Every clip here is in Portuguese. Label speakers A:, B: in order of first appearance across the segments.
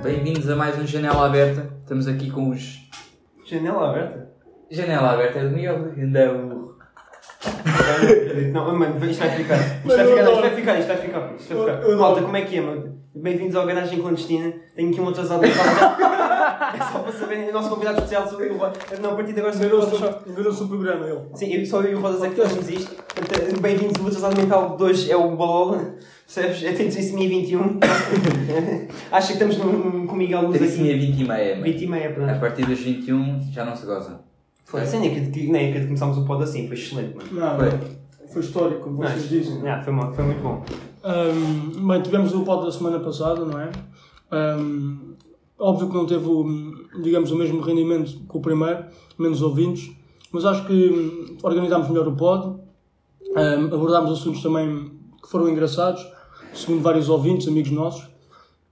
A: é bem-vindos a mais um Janela Aberta. Estamos aqui com os.
B: Janela aberta?
A: Janela Aberta é do Miguel Gandão.
B: Não, mano, isto vai ficar. Isto
C: Mano,
B: vai
C: eu
B: ficar, isto
C: adoro.
B: vai ficar, isto vai ficar. Isto
C: Eu-
B: vai ficar.
C: eu
B: Malta,
C: adoro.
B: como é que é, mano? Bem-vindos ao Garagem Clandestina. Tenho aqui um atrasado na casa. É só para saberem, o nosso convidado especial sou eu. o Ro- Não, a partir de agora sou eu. o Ro-
C: Enganou-se o programa, ele.
B: Sim, eu, só eu e o Rodas é que fazemos isto. Portanto, Bem-vindos ao atrasado mental 2 é o Balola. Percebes? É Eu tenho dissecimia 21. Acho que estamos num, num, com o Miguel Luz
A: Teve
B: aqui.
A: sim a 20 e meia, mano.
B: 20 e um. meia,
A: A
B: pronto.
A: partir das 21 já não se goza.
B: Foi assim, nem acredito que- nem acredito que começámos o pod assim. Foi excelente, mano.
C: Não, foi. foi histórico, como vocês
B: Nice.
C: dizem.
B: Yeah, foi, mo- foi muito bom.
C: Ahm, bem, tivemos o pod da semana passada, não é? Ahm, óbvio que não teve, o, digamos, o mesmo rendimento que o primeiro, menos ouvintes, mas acho que hum, organizámos melhor o pod, ahm, abordámos assuntos também que foram engraçados, segundo vários ouvintes, amigos nossos.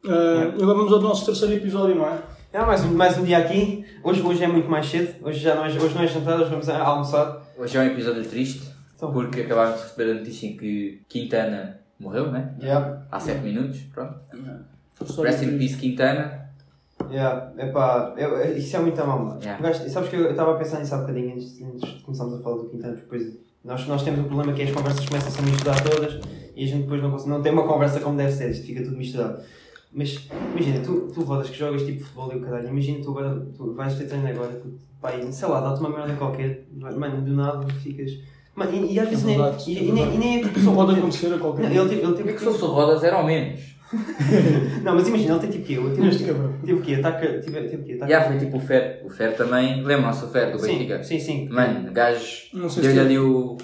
C: Ah, e agora vamos ao nosso terceiro episódio, não é?
B: É, mais, um, mais um dia aqui. Hoje, hoje é muito mais cedo. Hoje, já não é, hoje não é jantar, hoje vamos a- almoçar.
A: Hoje é um episódio triste
B: Então.
A: porque acabámos de receber a notícia que Quintana morreu, né?
B: Yeah.
A: Há 7 minutos, pronto.
C: História
A: Rest in
C: triste.
A: peace, Quintana.
B: Yeah. Epá, eu, eu- isso é muito mal, mano.
A: Yeah.
B: O gajo- Sabes que eu estava a pensar nisso há bocadinho antes, antes de começarmos a falar do Quintana. porque Depois nós, nós temos um problema que é as conversas começam-se a misturar todas e a gente depois não, consegue, não tem uma conversa como deve ser. Isto fica tudo misturado. Mas imagina, tu, tu rodas que jogas tipo futebol e o caralho. Imagina tu agora, tu vais ter treino agora, tu, pai, sei lá, dá-te uma merda qualquer. Mano, do nada ficas. Mano, e, e às vezes nem,
C: verdade,
B: e,
C: é
B: e nem,
C: verdade.
B: e nem é tipo
C: Só
B: só
C: pode acontecer a qualquer
B: Não,
C: momento.
B: ele teve, ele
A: Por
B: teve
A: É que se fosse o Rodas era ao menos?
B: Não, mas imagina, ele teve tipo quê? Ele teve,
C: Este cabrão.
B: teve quê? Ataque, teve, teve quê?
A: Já
B: Ataque.
A: foi tipo o Fer. O Fer também, lembram-se o Fer do Benfica?
B: sim, sim, sim.
A: Mano, o gajo
C: Não sei se
A: deu-lhe ali
C: teve.
A: o.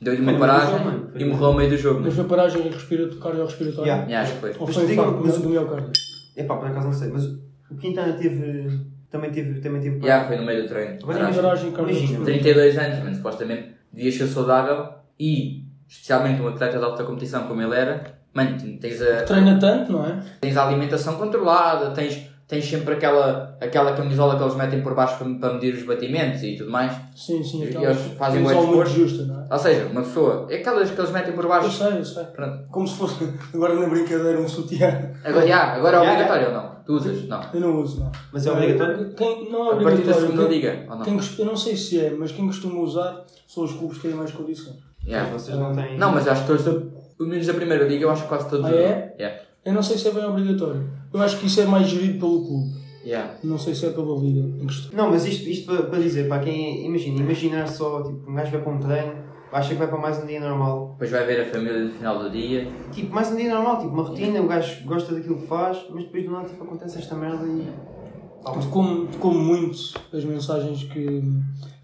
A: Deu-lhe
B: Foi
A: uma
B: no meio do
A: paragem
B: jogo, mano. Foi
A: e
B: no-
A: morreu ao meio do jogo.
C: Mas
A: mano.
C: foi paragem respiratória, cardiorrespiratória.
B: Yeah.
A: Já, acho que foi.
C: Ou
B: Mas
C: foi
B: digam-
C: infarto,
B: mas-
C: mas do miocárdio.
B: Epá, por acaso não sei, mas o Quintana teve. Também teve. Também teve
A: Já, foi no meio do treino.
B: Agora
A: Caralho.
C: Paragem
B: Imagina,
C: cardiorrespiratória.
A: 32 anos, mano, supostamente devias ser saudável e, especialmente um atleta de alta competição como ele era, mano, tu tens a,
C: Treina tanto, não é?
A: tens a alimentação controlada, tens, tens sempre aquela, aquela camisola que eles metem por baixo para, para medir os batimentos e tudo mais.
C: Sim, sim.
A: E
C: aquela-
A: eles fazem
C: Temos
A: bué
C: algo muito
A: desporto.
C: justa, não é?
A: Ou seja, uma pessoa, é aquelas que eles metem por
C: Eu
A: baixo.
C: sei, eu sei.
A: Pronto.
C: Como se fosse, agora na brincadeira, um sutiã.
A: Agora, já, agora é
B: Já, já.
A: obrigatório ou não? Tu usas? Não.
C: Eu não uso, não.
B: Mas é obrigatório?
C: Quem, não
A: A
C: é
A: partir da
C: obrigatório.
A: segunda
C: quem-
A: liga, ou não?
C: quem cost- eu não sei se é, mas quem costuma usar são os clubes que têm mais condições.
A: Já.
B: Vocês não têm.
A: Não, mas acho que todos, da- pelo menos da primeira liga, eu acho que quase todos.
C: Ah, é?
A: Já.
C: Eu não sei se é bem obrigatório. Eu acho que isso é mais gerido pelo clube.
A: Já.
C: Não sei se é pela liga em questão.
B: Não, mas isto, isto para, para dizer, para quem. é, Imagina, imaginar só, tipo, um gajo vai para um treino, acha que vai para mais um dia normal.
A: Depois vai ver a família no final do dia.
B: Tipo, mais um dia normal, tipo, uma rotina, o gajo gosta daquilo que faz, mas depois do nada tipo, acontece esta merda e.
C: Tocou-me tocou-me muito as mensagens que,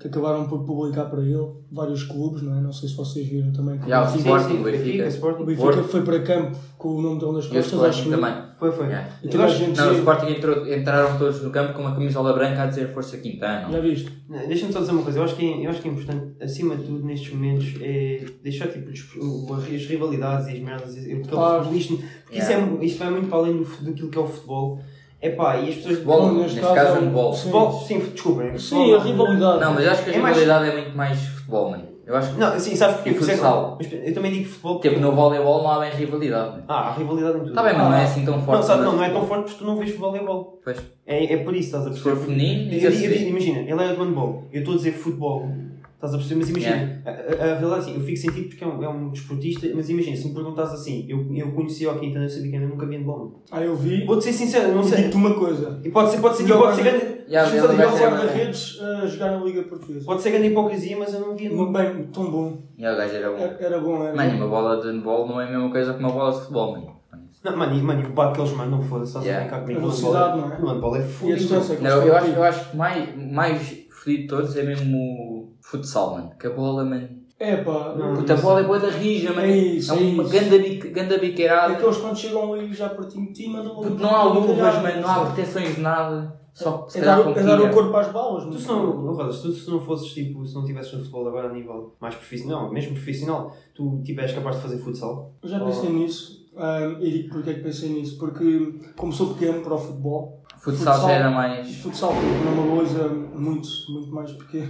C: que acabaram por publicar para ele, vários clubes, não é? Não sei se vocês viram também. que
A: Já,
C: o
A: Ah, o
C: Benfica-
A: Sporting, o
B: Benfica,
A: Benfica.
C: o
B: Sporting.
C: Benfica foi para campo com o nome dele nas
A: E o
C: costas, acho
A: Sporting
C: eu.
A: também.
B: Foi, foi.
A: Yeah.
C: E
B: Eu
C: toda a
B: acho-
C: gente
A: Não, o
C: dizia-
A: Sporting entrou- entraram todos no campo com uma camisola branca a dizer Força Quintana.
C: Já viste?
B: Deixa-me só dizer uma coisa, eu acho, que é, eu acho que é importante, acima de tudo, nestes momentos, é deixar tipo, os- o- as rivalidades e as merdas, e- e porque
C: Claro.
B: o futebolismo, porque isso, é, mu- isto vai muito para além do, fu- daquilo que é o futebol. É pá, e as pessoas.
A: Futebol,
C: Bom,
A: neste
C: neste
A: caso
C: caso
A: é um bolo.
C: sim.
B: futebol sim, desculpem. futebol
C: Sim,
B: não.
C: a rivalidade.
A: Não, mas acho que a
B: É mais-
A: rivalidade é muito mais futebol, mano. Eu acho que,
B: Não, sim, sabes porquê?
A: E
B: Por isso é que-
A: futsal.
B: mas Eu também digo futebol porque.
A: tipo, no voleibol não há bem rivalidade. mano.
B: Ah, há rivalidade em tudo.
A: Está bem, mas não é assim tão forte.
B: Não, sabe, não,
A: mas-
B: não é tão forte porque tu não vês voleibol.
A: Pois.
B: É, é por isso, estás a
A: Se for
B: perceber?
A: feminino, assim.
B: Eu-
A: já
B: eu-
A: se
B: eu-
A: vê.
B: imagina, ele é handball, eu estou a dizer futebol. Estás a perceber? Mas imagina, a- a, a realidade é assim, eu fico sentido porque é um, é um desportista, mas imagina, se me perguntas assim, eu, eu conhecia o Quintana, eu sabia que eu nunca vi handball.
C: Ah, eu vi.
B: Vou-te ser sincero, eu não
C: E
B: sei.
C: digo-te uma coisa.
B: E pode ser, pode ser,
C: Melhor
B: pode ser,
C: guarda-
B: grande,
A: Já, ele
C: Deixa eu só
A: vai
C: dizer ao
A: ser-
C: guarda-redes a jogar na Liga Portuguesa.
B: pode ser grande hipocrisia, mas eu não vi handball.
C: Muito bem, tão bom.
A: Já, o um gajo era bom.
C: Era, era bom, era
A: Mano,
C: bom.
A: uma bola de handball não é a mesma coisa que uma bola de futebol, mano.
B: Não, mano, e, mano, e o bate que eles mandam, foda-se, estás
A: Yeah.
B: a brincar comigo.
C: A
B: O handball-
C: velocidade, não é?
B: O handball é
C: E a
B: fudido.
C: distância que
A: Não,
C: eles
A: eu acho,
C: têm.
A: eu acho que mais, mais fodido de todos é mesmo o futsal, mano. Que a bola, mano.
C: É pá,
B: Não,
A: Puta, a bola é boa da rija, mano.
C: É isso,
A: É
C: é
A: uma
C: isso.
A: ganda bique- ganda biqueirada.
C: aqueles É quando chegam ali já pertinho de ti, mandam
A: Porque não há luvas, mano, não há proteções de nada. Só se
C: É
A: calhar
C: dar,
A: com
C: é dar o
A: pilha.
C: corpo às balas,
B: Tu
C: mano.
B: se não, Rodas, tu se não fosses tipo, se não tivesses no futebol agora a nível mais profissional, mesmo profissional, tu tipo, és capaz de fazer futsal?
C: Eu já
A: Oh.
C: pensei nisso. ahm, e digo porque é que pensei nisso. Porque, como sou pequeno para o futebol,
A: Futsal já
C: Futsal.
A: era
C: o
A: mais.
C: futsal é uma coisa muito, muito mais pequena.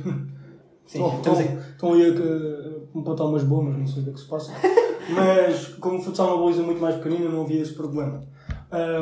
B: Sim,
C: Estão-
B: estamos
C: estão- Estão aí a que- a botar umas bombas, não sei o que é que se passa. Mas, como o futsal é uma coisa muito mais pequenina, não havia esse problema.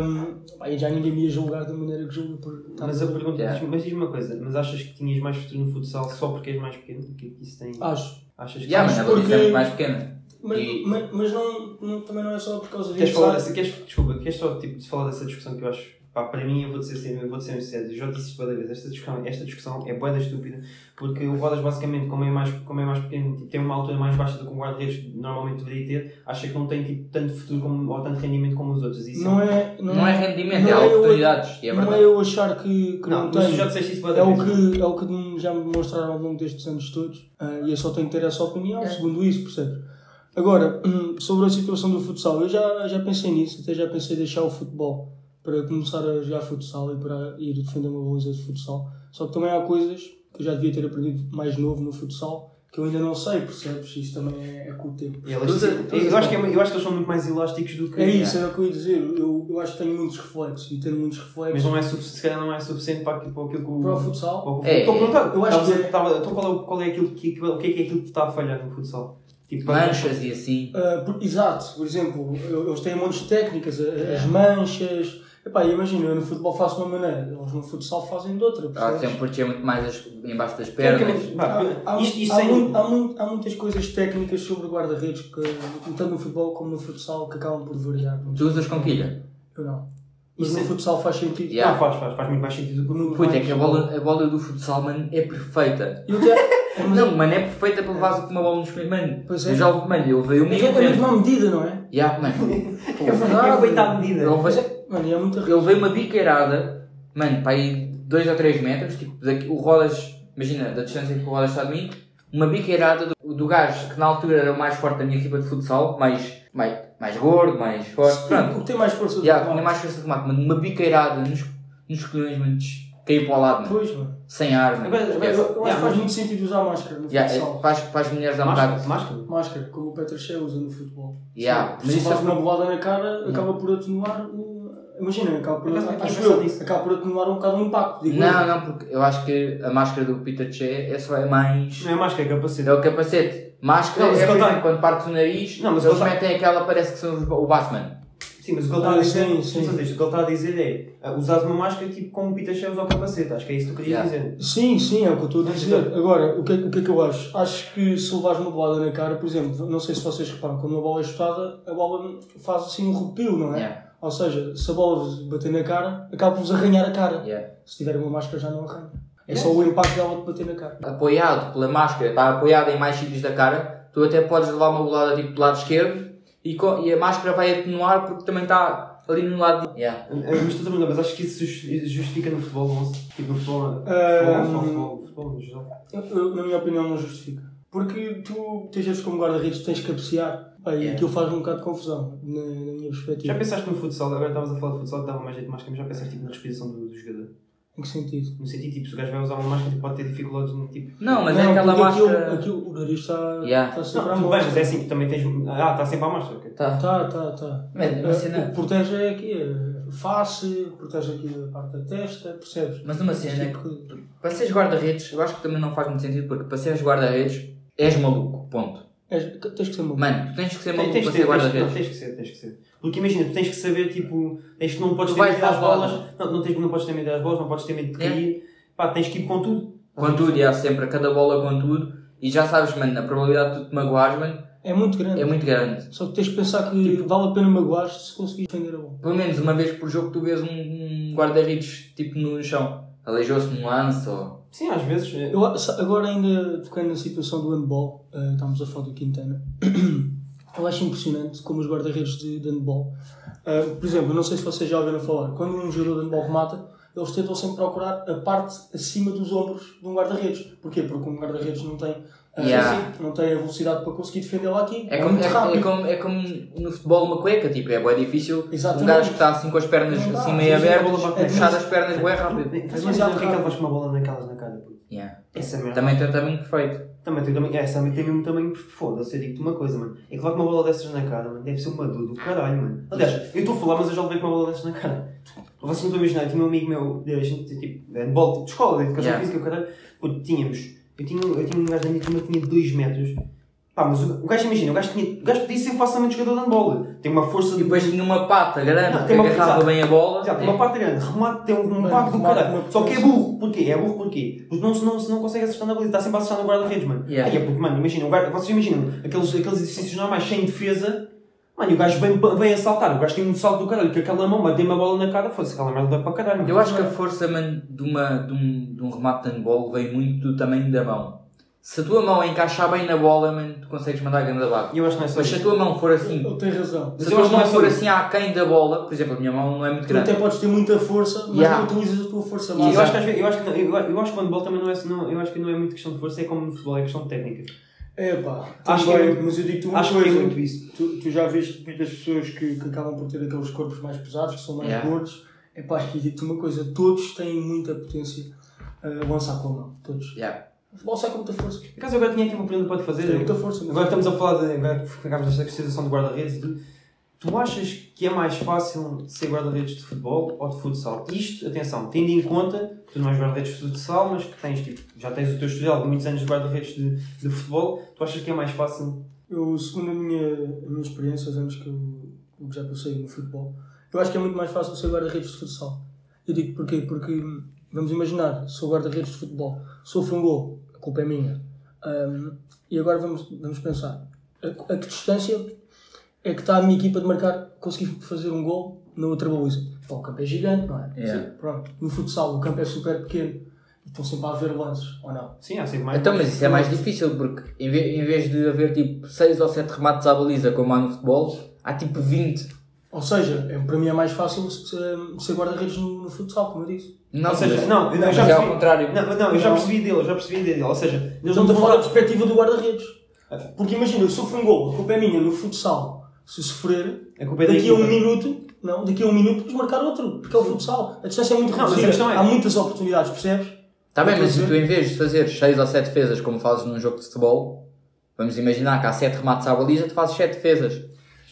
C: Um, pá, e já ninguém me ia julgar da maneira que julga por estar
B: Tá Mas
C: a
B: a pergunta,
A: Yeah.
B: diz-me- mas diz-me uma coisa, mas achas que tinhas mais futuro no futsal só porque és mais pequeno? O que é que isso tem?
C: Acho.
B: Achas que
A: Yeah, mas
C: Acho
A: a baliza é
C: porque-
A: muito mais pequena.
C: Mas,
A: E-
C: mas, mas não, não- também não é só por causa
B: Queres
C: disso.
B: falar,
C: sabe?
B: se queres, desculpa, queres só tipo, de falar dessa discussão que eu acho. Pá, para mim, eu vou dizer sempre, eu vou dizer sério, eu já disse isto várias vezes, esta discussão, esta discussão é boeda estúpida, porque o Rodas basicamente, como é mais, como é mais pequeno, tipo, tem uma altura mais baixa do que um guarda-redes normalmente deveria ter, acha que não tem tipo, tanto futuro como, ou tanto rendimento como os outros. Isso um
C: Não é, não,
A: Não é
C: é,
A: rendimento,
C: não
A: é
C: é eu-
A: oportunidades. E é
C: não é
A: verdade.
C: eu achar que, que não,
B: não, mas tu
C: tenho.
B: já disseste isso
C: É
B: várias
C: o,
B: vezes.
C: que, é o que já me mostraram ao longo destes anos todos ah, e eu só tenho que ter essa opinião,
A: É.
C: segundo isso, percebes? Agora, sobre a situação do futsal, eu já, já pensei nisso, até já pensei em deixar o futebol para começar a jogar futsal e para ir defender uma baliza de futsal. Só que também há coisas que eu já devia ter aprendido mais novo no futsal que eu ainda não sei, percebes? Isso também é, é com o tempo.
B: E elas-
A: Tu- tu-
B: eu, acho que é, eu acho que eles são muito mais elásticos do que.
C: É isso, era o que eu ia dizer. Eu, eu acho que tenho muitos reflexos e ter muitos
B: Mas
C: reflexos
B: não é suficiente, se calhar não é suficiente para, aquilo- para aquilo que o.
C: para o futsal.
B: Ou-
A: É,
B: Estou a perguntar,
C: eu acho
B: Estavas a-
C: que-
B: estava- então qual é, o- qual é aquilo que, o que é que é aquilo que está a falhar no futsal? Tipo, para-
A: Manchas e assim.
C: Ah, por- exato, por exemplo, eu- eles têm montes de técnicas, a- as manchas. Epá, imagina, eu no futebol faço de uma maneira, eles no futsal fazem de outra.
A: Há
C: percebes? é
A: sempre proteger muito mais as, embaixo das pernas.
B: Teoricamente, vá,
C: Há, há-
B: isto, isto
C: há
B: sem-
C: mu- há mu- há muitas coisas técnicas sobre guarda-redes, que, tanto no futebol como no futsal, que acabam por variar.
A: Tu usas conquilha.
C: Eu não. Mas
B: Isso
C: no
B: é-
C: futsal faz sentido.
A: Yeah.
B: Não, faz, faz, faz muito mais sentido do que no
A: Puta, é que a bola, a bola do futsal, mano, é perfeita.
C: Eu até, mas-
A: Não, mano, é perfeita para levar uma bola nos pés. Mano,
C: Pois é.
A: eu já levei, mano, eu levei uma
C: é
A: e
C: que é
A: eu
C: a
A: lembro.
C: mesma medida, não é?
A: Yeah, mano.
B: É verdade. É feita à medida.
A: Eu levei-
C: Mano, e é muito
A: Eu levei uma biqueirada, mano, para aí 2 ou 3 metros, tipo, daqui, o Rodas, imagina, da distância que o Rodas está de mim, uma biqueirada do, do gajo que na altura era o mais forte da minha equipa de futsal, mais, mais, mais gordo, mais forte, pronto.
C: O que tem mais força do
A: Já,
C: que o
A: tinha
C: mal.
A: mais força de tomate, mano, uma biqueirada nos, nos colhões, mano, caiu para o lado, mano,
C: Pois, mano.
A: sem ar, mano.
B: Agora-
C: Eu, eu
A: esquece.
C: acho que
B: Yeah,
C: faz
B: mas-
C: muito sentido usar máscara no
A: Já, é,
C: futsal.
A: para, as, para as mulheres dá um
B: Máscara?
A: bocado.
B: Máscara?
C: Máscara, como o Peter Shea usa no futebol.
A: Já,
C: Mas
A: mas
C: se
A: isso
C: faz
A: é
C: uma bolada na cara, acaba por atenuar o. Imagina, acaba por,
B: Por acaso, eu
C: acho
B: tinha
C: eu,
B: pensado nisso.
C: acaba por atenuar um bocado o impacto. Digo eu.
A: Não, não, porque eu acho que a máscara do Peter Che é só é mais.
B: Não é máscara, é capacete.
A: É o capacete. Máscara
B: Não, mas
A: é,
B: o que
A: por
B: ele
A: exemplo, quando partes o nariz,
B: Não, mas o
A: eles
B: que ele
A: metem aquela, parece que são os- o Batman.
B: Sim, mas o que ele está
C: Ah,
B: a dizer,
C: sim, sim.
B: não sei dizer, o que ele está a dizer é ah, usar uma máscara tipo como Peter Shea usa o capacete. Acho que é isso que tu querias
A: Yeah.
B: dizer.
C: Sim, sim, é o que eu estou a
B: Mas,
C: dizer. Agora, o que, é- o que é que eu acho? Acho que se levares uma bolada na cara, por exemplo, não sei se vocês reparam, quando uma bola é chutada, a bola faz assim um repio, não é?
A: Yeah,
C: Ou seja, se a bola vos bater na cara, acaba por vos arranhar a cara.
A: yeah.
C: Se tiver uma máscara, já não arranha. É
B: Yeah.
C: só o impacto dela de bater na cara.
A: Apoiado pela máscara, está apoiado em mais sítios da cara, tu até podes levar uma bolada tipo do lado esquerdo e, co- e a máscara vai atenuar porque também está ali no lado. de- Yeah.
B: Ah, Mas estou a perguntar, mas acho que isso ju- justifica no futebol 11? Tipo no futebol.
C: Ah,
B: Futebol 11, futebol, futebol no geral.
C: Eu- eu, na minha opinião, não justifica. Porque tu, muitas vezes, como guarda-redes, tens que apreciar. Pá, E
A: Yeah.
C: aquilo faz um bocado de confusão, na, na minha perspectiva.
B: Já pensaste no futsal? Agora estavas a falar de futsal que dava mais jeito de máscara, mas já pensaste tipo, na respiração do, do jogador?
C: Em que sentido?
B: No sentido, tipo, se o gajo vai usar uma máscara, tipo, pode ter dificuldades no tipo.
A: Não, mas é
C: Não,
A: aquela
C: porque aquilo,
A: máscara.
C: Aquilo, o nariz está
A: Yeah.
C: está sempre
B: Não,
C: à
B: tudo bem, mas é
C: mostra.
B: assim, tu também tens. Ah, está sempre à máscara, ok.
A: Tá.
C: Tá, tá, tá.
A: Mas,
C: Ah,
A: É uma cena,
C: protege aqui a face, protege aqui a parte da testa, percebes?
A: mas uma
C: Esse
A: cena é que
C: tipo de-
A: para seres guarda-redes, eu acho que também não faz muito sentido porque para seres guarda-redes és maluco. Ponto.
C: és- É, tens que ser maluco.
A: Mano, tu tens que ser
B: Tens,
A: maluco
B: tens,
A: para
B: que
A: ser
B: ter, tens, não,
A: guarda-redes.
B: tens que ser, tens que ser. Porque imagina, tu tens que saber, tipo, tens que não podes
A: Tu
B: ter
A: vais
B: medo às
A: para a
B: bolas, não, não, tens, não podes ter medo às bolas, não podes ter medo de
A: É.
B: cair, pá, tens que ir com tudo.
A: Com tudo, e há sempre a cada bola com tudo. E já sabes, mano, a probabilidade de tu te magoares, mano,
C: É muito grande.
A: é muito Tipo- grande.
C: Só que tens que pensar que vale a pena magoar-te se conseguires defender a bola.
A: Pelo menos uma vez por jogo tu vês um, um guarda-redes tipo no chão. Aleijou-se num lance ou.
B: Sim, às vezes. é-
C: Eu, sa- agora ainda tocando na situação do handball, eh, estamos a falar do Quintana. Eu acho impressionante como os guarda-redes de, de handball, eh, por exemplo, eu não sei se vocês já ouviram falar, quando um jogador de handball remata, eles tentam sempre procurar a parte acima dos ombros de um guarda-redes. Porquê? Porque um guarda-redes não tem, eh,
A: Yeah.
C: assim, não tem a velocidade para conseguir defender lá aqui.
A: É como,
C: muito
A: é,
C: rápido.
A: é como, é como no futebol uma cueca, tipo, é bem difícil.
C: Exatamente.
A: Um gajo que está assim com as pernas
C: Não dá,
A: assim meio
C: sim, sim,
A: abertas,
B: bola
A: é
B: para
A: puxar
B: trás.
A: as pernas bem rápido.
B: Mas
C: Mas
B: mas
C: já-
B: o que é que ele faz com uma bola naquelas na cara? puto?
A: Yeah.
B: Essa merda.
A: Também tem também perfeito.
B: Também tem, também, é, essa merda tem mesmo tamanho. Foda-se, eu digo-te uma coisa, mano. É que levar com uma bola dessas na cara, mano, deve ser uma dor do caralho, mano. Aliás, eu estou a falar, mas eu já levei com uma bola dessas na cara. Vocês não estão a imaginar, eu tinha um amigo meu, de- a gente, tipo, de handball, tipo, de escola, de educação
A: Yeah.
B: um física, o caralho. Puto, tínhamos. Eu tinha, eu tinha um gajo da minha turma que tinha 2 metros. Pá, mas o, o gajo, imagina, o gajo, tinha, o gajo podia ser facilmente jogador de handball. Tem uma força
A: E
B: de.
A: depois tinha uma pata grande
B: Não,
A: que
B: tem uma-
A: agarrava
B: exato.
A: bem a bola. é
B: Já, tem uma pata grande, remate, tem um
C: Mano,
B: impacto do
C: remate,
B: caralho.
C: uma
B: Só que é
C: potência.
B: burro. Porquê? É burro porquê? Porque não, se não, se não consegue acertar na baliza, está sempre a acertar no guarda-redes, mano.
A: Yeah.
B: Aí é porque, mano, imagina, o guarda, vocês imaginam, aqueles, aqueles exercícios normais sem defesa, mano, e o gajo vem, vem a saltar, o gajo tem um salto do caralho, que aquela mão, mano, tem uma bola na cara, foda-se, aquela merda dá para caralho. é?
A: Eu acho que a força mano, de, uma, de, um, de um remate de handball vem muito do tamanho da mão. Se a tua mão encaixar bem na bola, mano, tu consegues mandar a grande abaco.
B: E eu acho que não é só
A: Mas se a
B: isso.
A: tua mão for assim,
C: Ele tem razão.
B: Mas
A: se a
B: eu
A: tua mão
B: acho que não é só
A: for
B: isso.
A: assim aquém da bola, por exemplo, a minha mão não é muito
C: Tu até
A: grande.
C: podes ter muita força, mas
A: Yeah.
C: não utilizas a tua força
B: E eu
C: básica.
B: acho, que, às vezes- eu, acho que, não- eu, eu acho que o handball também não é, não, eu acho que não é muito questão de força, é como no futebol, é questão de técnica.
C: É pá,
B: Acho que
C: também,
B: é-
C: mas eu digo-te uma
B: acho que
C: coisa.
B: é muito isso.
C: Tu, tu já viste muitas pessoas que, que acabam por ter aqueles corpos mais pesados, que são mais
A: Yeah.
C: gordos. É pá, e digo-te uma coisa, todos têm muita potência a lançar com a mão, todos.
A: Yeah.
C: Lançar com muita força.
B: Por acaso agora tinha aqui uma pergunta para te fazer.
C: Tem muita força.
B: Agora estamos a falar de. Agora que acabamos desta situação de guarda-redes e tudo. Tu achas que é mais fácil ser guarda-redes de futebol ou de futsal? Isto, atenção, tendo em conta que tu não és guarda-redes de futsal, mas que tens, tipo, já tens o teu estudo há muitos anos de guarda-redes de, de futebol, tu achas que é mais fácil?
C: Eu, segundo a minha, a minha experiência, os anos que eu, o que já passei no futebol, eu acho que é muito mais fácil ser guarda-redes de futsal. Eu digo porquê? Porque, hum, vamos imaginar, sou guarda-redes de futebol, sofro um gol, a culpa é minha. Hum, e agora vamos, vamos pensar, a, a que distância é que está a minha equipa de marcar, conseguir fazer um gol na outra baliza? Pá, o campo é gigante, não é?
A: Yeah.
C: Sim, pronto. No futsal o campo é super pequeno, estão sempre a haver lances, ou não?
B: Sim, há sempre mais.
A: Então, mas isso é mais difícil porque em vez, em vez de haver tipo 6 ou 7 remates à baliza como há no futebol, há tipo 20.
C: Ou seja, é- para mim é mais fácil ser, ser guarda-redes no, no futsal, como eu disse.
A: Não,
B: Ou seja,
A: mas-
B: não, eu já
A: mas é
B: percebi.
A: ao contrário. Então-
B: Não, mas não, eu já
C: Não.
B: percebi dele, eu já percebi dele. Ou seja, eles
C: Estamos a
B: vão
C: Então, falar da
B: dar-
C: perspectiva do guarda-redes. Porque imagina, eu sofro um gol, a culpa é minha no futsal. Se sofrer,
B: A culpa é da
C: daqui a um
B: equipa.
C: minuto, não, daqui a um minuto podes marcar outro, porque é o futsal. A distância é muito
B: Não, mas a
C: reduzida,
B: questão é-
C: há muitas oportunidades, percebes?
A: Está Tá bem,
C: Estou a
A: mas se
C: dizer-
A: tu em vez de fazer 6 ou 7 defesas como fazes num jogo de futebol, vamos imaginar que há 7 remates à baliza, tu fazes 7 defesas.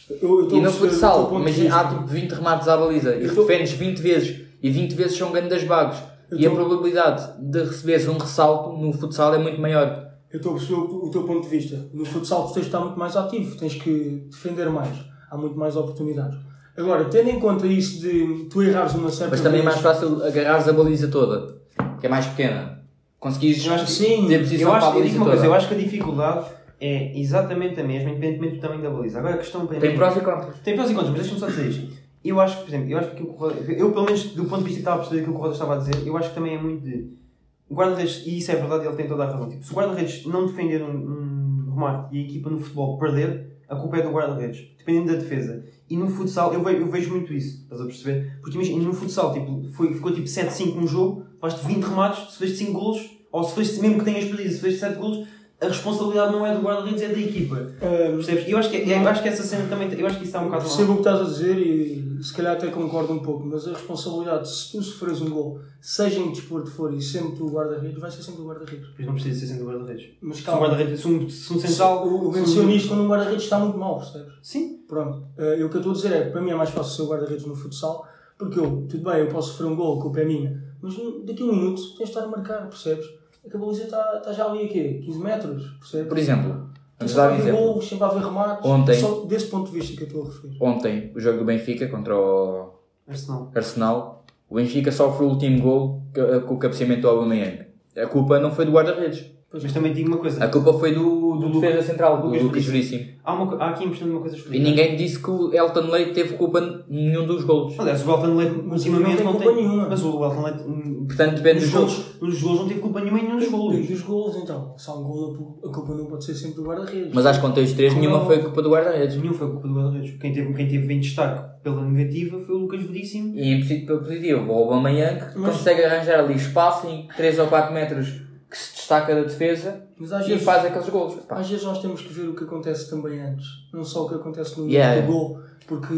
C: Eu, eu estou
A: E no
C: a perceber o teu
A: futsal,
C: ponto de
A: imagina, há
C: vista.
A: tipo 20 remates à baliza e
C: Eu tô-
A: defendes 20 vezes e 20 vezes são grandes bagos.
C: Eu
A: E a
C: tô-
A: probabilidade de receberes um ressalto no futsal é muito maior.
C: Eu estou a perceber o o teu ponto de vista. No futsal tu tens de estar muito mais ativo, tens que defender mais, há muito mais oportunidades. Agora, tendo em conta isso de tu errares uma certa
A: Mas também é
C: vez-
A: mais fácil agarrares a baliza toda, que é mais pequena. Conseguires
B: Eu acho que
C: sim.
A: ter posição
B: Eu
A: para a um
B: acho, eu
A: baliza
B: digo uma coisa, eu
A: toda.
B: acho que a dificuldade é exatamente a mesma, independentemente do tamanho da baliza. Agora a questão é para
A: Tem
B: mim-
A: prós e contras.
B: Tem prós e contras, mas deixa-me só dizer isto. Eu acho que, por exemplo, eu acho que aquilo que o Roda- eu pelo menos do ponto de vista que estava a perceber aquilo que o Rodas estava a dizer, eu acho que também é muito de. O guarda-redes, e isso é verdade, ele tem toda a razão. Tipo, se o guarda-redes não defender um, um remate e a equipa no futebol perder, a culpa é do guarda-redes, dependendo da defesa. E no futsal, eu vejo, eu vejo muito isso, estás a perceber? Porque imagina, no futsal, tipo, foi, ficou tipo 7-5 num jogo, faz-te 20 remates, se fez 5 golos, ou se fez mesmo que tenhas perdido, se fez 7 golos, a responsabilidade não é do guarda-redes, é da equipa.
C: Ah,
B: Percebes? E eu acho que, é, eu acho que essa cena também, eu acho que isso está um bocado mal.
C: Percebo É o que estás a dizer e se calhar até concordo um pouco, mas a responsabilidade, se tu sofres um gol, seja em que desporto for e sempre tu o guarda-redes, vai ser sempre o guarda-redes.
B: Mas não precisa ser sempre guarda-redes.
C: Mas
B: Se um
C: calma,
B: guarda-redes, se um, se um
C: se-
B: central.
C: Tá. o o
B: se
C: venceu nisto quando o guarda-redes está muito mal, percebes?
B: Sim.
C: Pronto, eh, eu o que eu estou a dizer é que para mim é mais fácil ser o guarda-redes no futsal, porque eu, tudo bem, eu posso sofrer um gol, a culpa é minha, mas no- daqui a um minuto tens de estar a marcar, percebes? É que a baliza está, está já ali a quê? 15 metros, percebes?
A: Por exemplo, vamos
C: Sempre a
A: dar um
C: haver
A: exemplo.
C: gols, sempre a haver remates,
A: Ontem-
C: só desse ponto de vista que eu estou a referir.
A: Ontem, o jogo do Benfica contra o
B: Arsenal.
A: Arsenal, o Benfica sofre o último gol ca- com o cabeceamento do Aubameyang. A culpa não foi do guarda-redes.
B: Mas também digo uma
A: A
B: coisa.
A: culpa foi do, do
B: Do Lucas-
A: defesa central, do
B: Lucas
A: Lucas
B: Veríssimo.
A: Veríssimo.
B: Há, uma, co- há aqui importante uma coisa
A: E
B: explicar.
A: ninguém disse que o Elton Leite teve culpa em nenhum dos golos.
B: Aliás, o Elton Leite
C: Mas
B: ultimamente
C: não
B: não
C: tem
B: tem.
C: culpa nenhuma.
B: Mas o Elton Leite. hum,
A: Portanto, depende
B: nos
A: dos golos.
B: golos. Nos golos não teve culpa nenhuma em nenhum dos
C: Depende
B: golos.
C: dos gols, então. Se há um gol, a culpa não pode ser sempre do guarda-redes.
A: Mas acho que contei os três,
C: Como
A: nenhuma
C: não-
A: foi culpa do guarda-redes.
B: Nenhum foi culpa do guarda-redes. Quem teve, quem teve em destaque pela negativa foi o Lucas Veríssimo.
A: E em princípio pelo positivo, o Aubameyang que
C: Mas-
A: consegue arranjar ali espaço em 3 ou 4 metros que se destaca da defesa
C: Mas às
A: e
C: vezes,
A: faz aqueles golos. Pá.
C: às vezes nós temos que ver o que acontece também antes. Não só o que acontece no
A: Yeah.
C: do gol, porque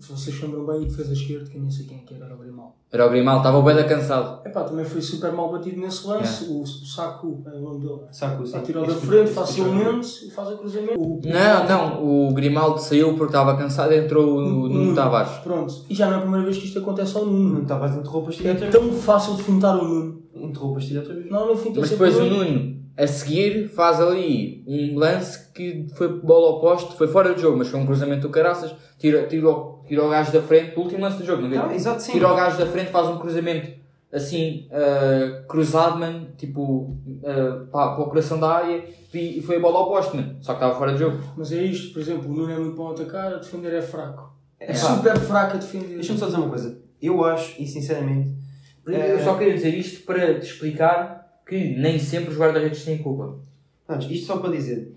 C: se vocês lembram bem, o defesa esquerda, que eu nem sei quem é que era, era o Grimal.
A: Era o Grimal, estava bué da cansado.
C: Epá, também foi super mal batido nesse lance. O, o Saco, é o nome dele. não é?
B: Saco assim.
C: Atirou da
B: Esse-
C: frente
B: esse-
C: facilmente e faz o cruzamento. O-
A: Não, não, o Grimaldo saiu porque estava cansado e entrou o
C: o-
A: Nuno Tavares.
C: Pronto. E já não é a primeira vez que isto acontece ao
B: Não
C: Nuno.
B: estava a interromper a pastilha
C: É
B: outra vez.
C: tão fácil de fintar o Nuno.
B: Interrompa a pastilha outra vez.
C: Não, não finta
A: Mas
C: sempre
A: depois o
C: Nuno.
A: Nuno a seguir faz ali um lance que foi bola ao poste, foi fora do jogo, mas foi um cruzamento do caraças, tira, tira, o- tira o gajo da frente, o último lance do jogo, não viu?
B: Não, exato, sim.
A: Tira o gajo da frente, faz um cruzamento assim, ah, cruzado, mano, tipo, ah, para, para o coração da área, e, e foi a bola ao poste, mano, só que estava fora do jogo.
C: Mas é isto, por exemplo, o Nuno é muito bom a atacar, a defender é fraco. É,
A: fraco.
C: super fraco a defender.
B: Deixa-me só dizer uma coisa. Eu acho, e sinceramente,
A: Eu só queria dizer isto para te explicar que nem sempre os guarda-redes têm culpa.
B: não, isto só para dizer,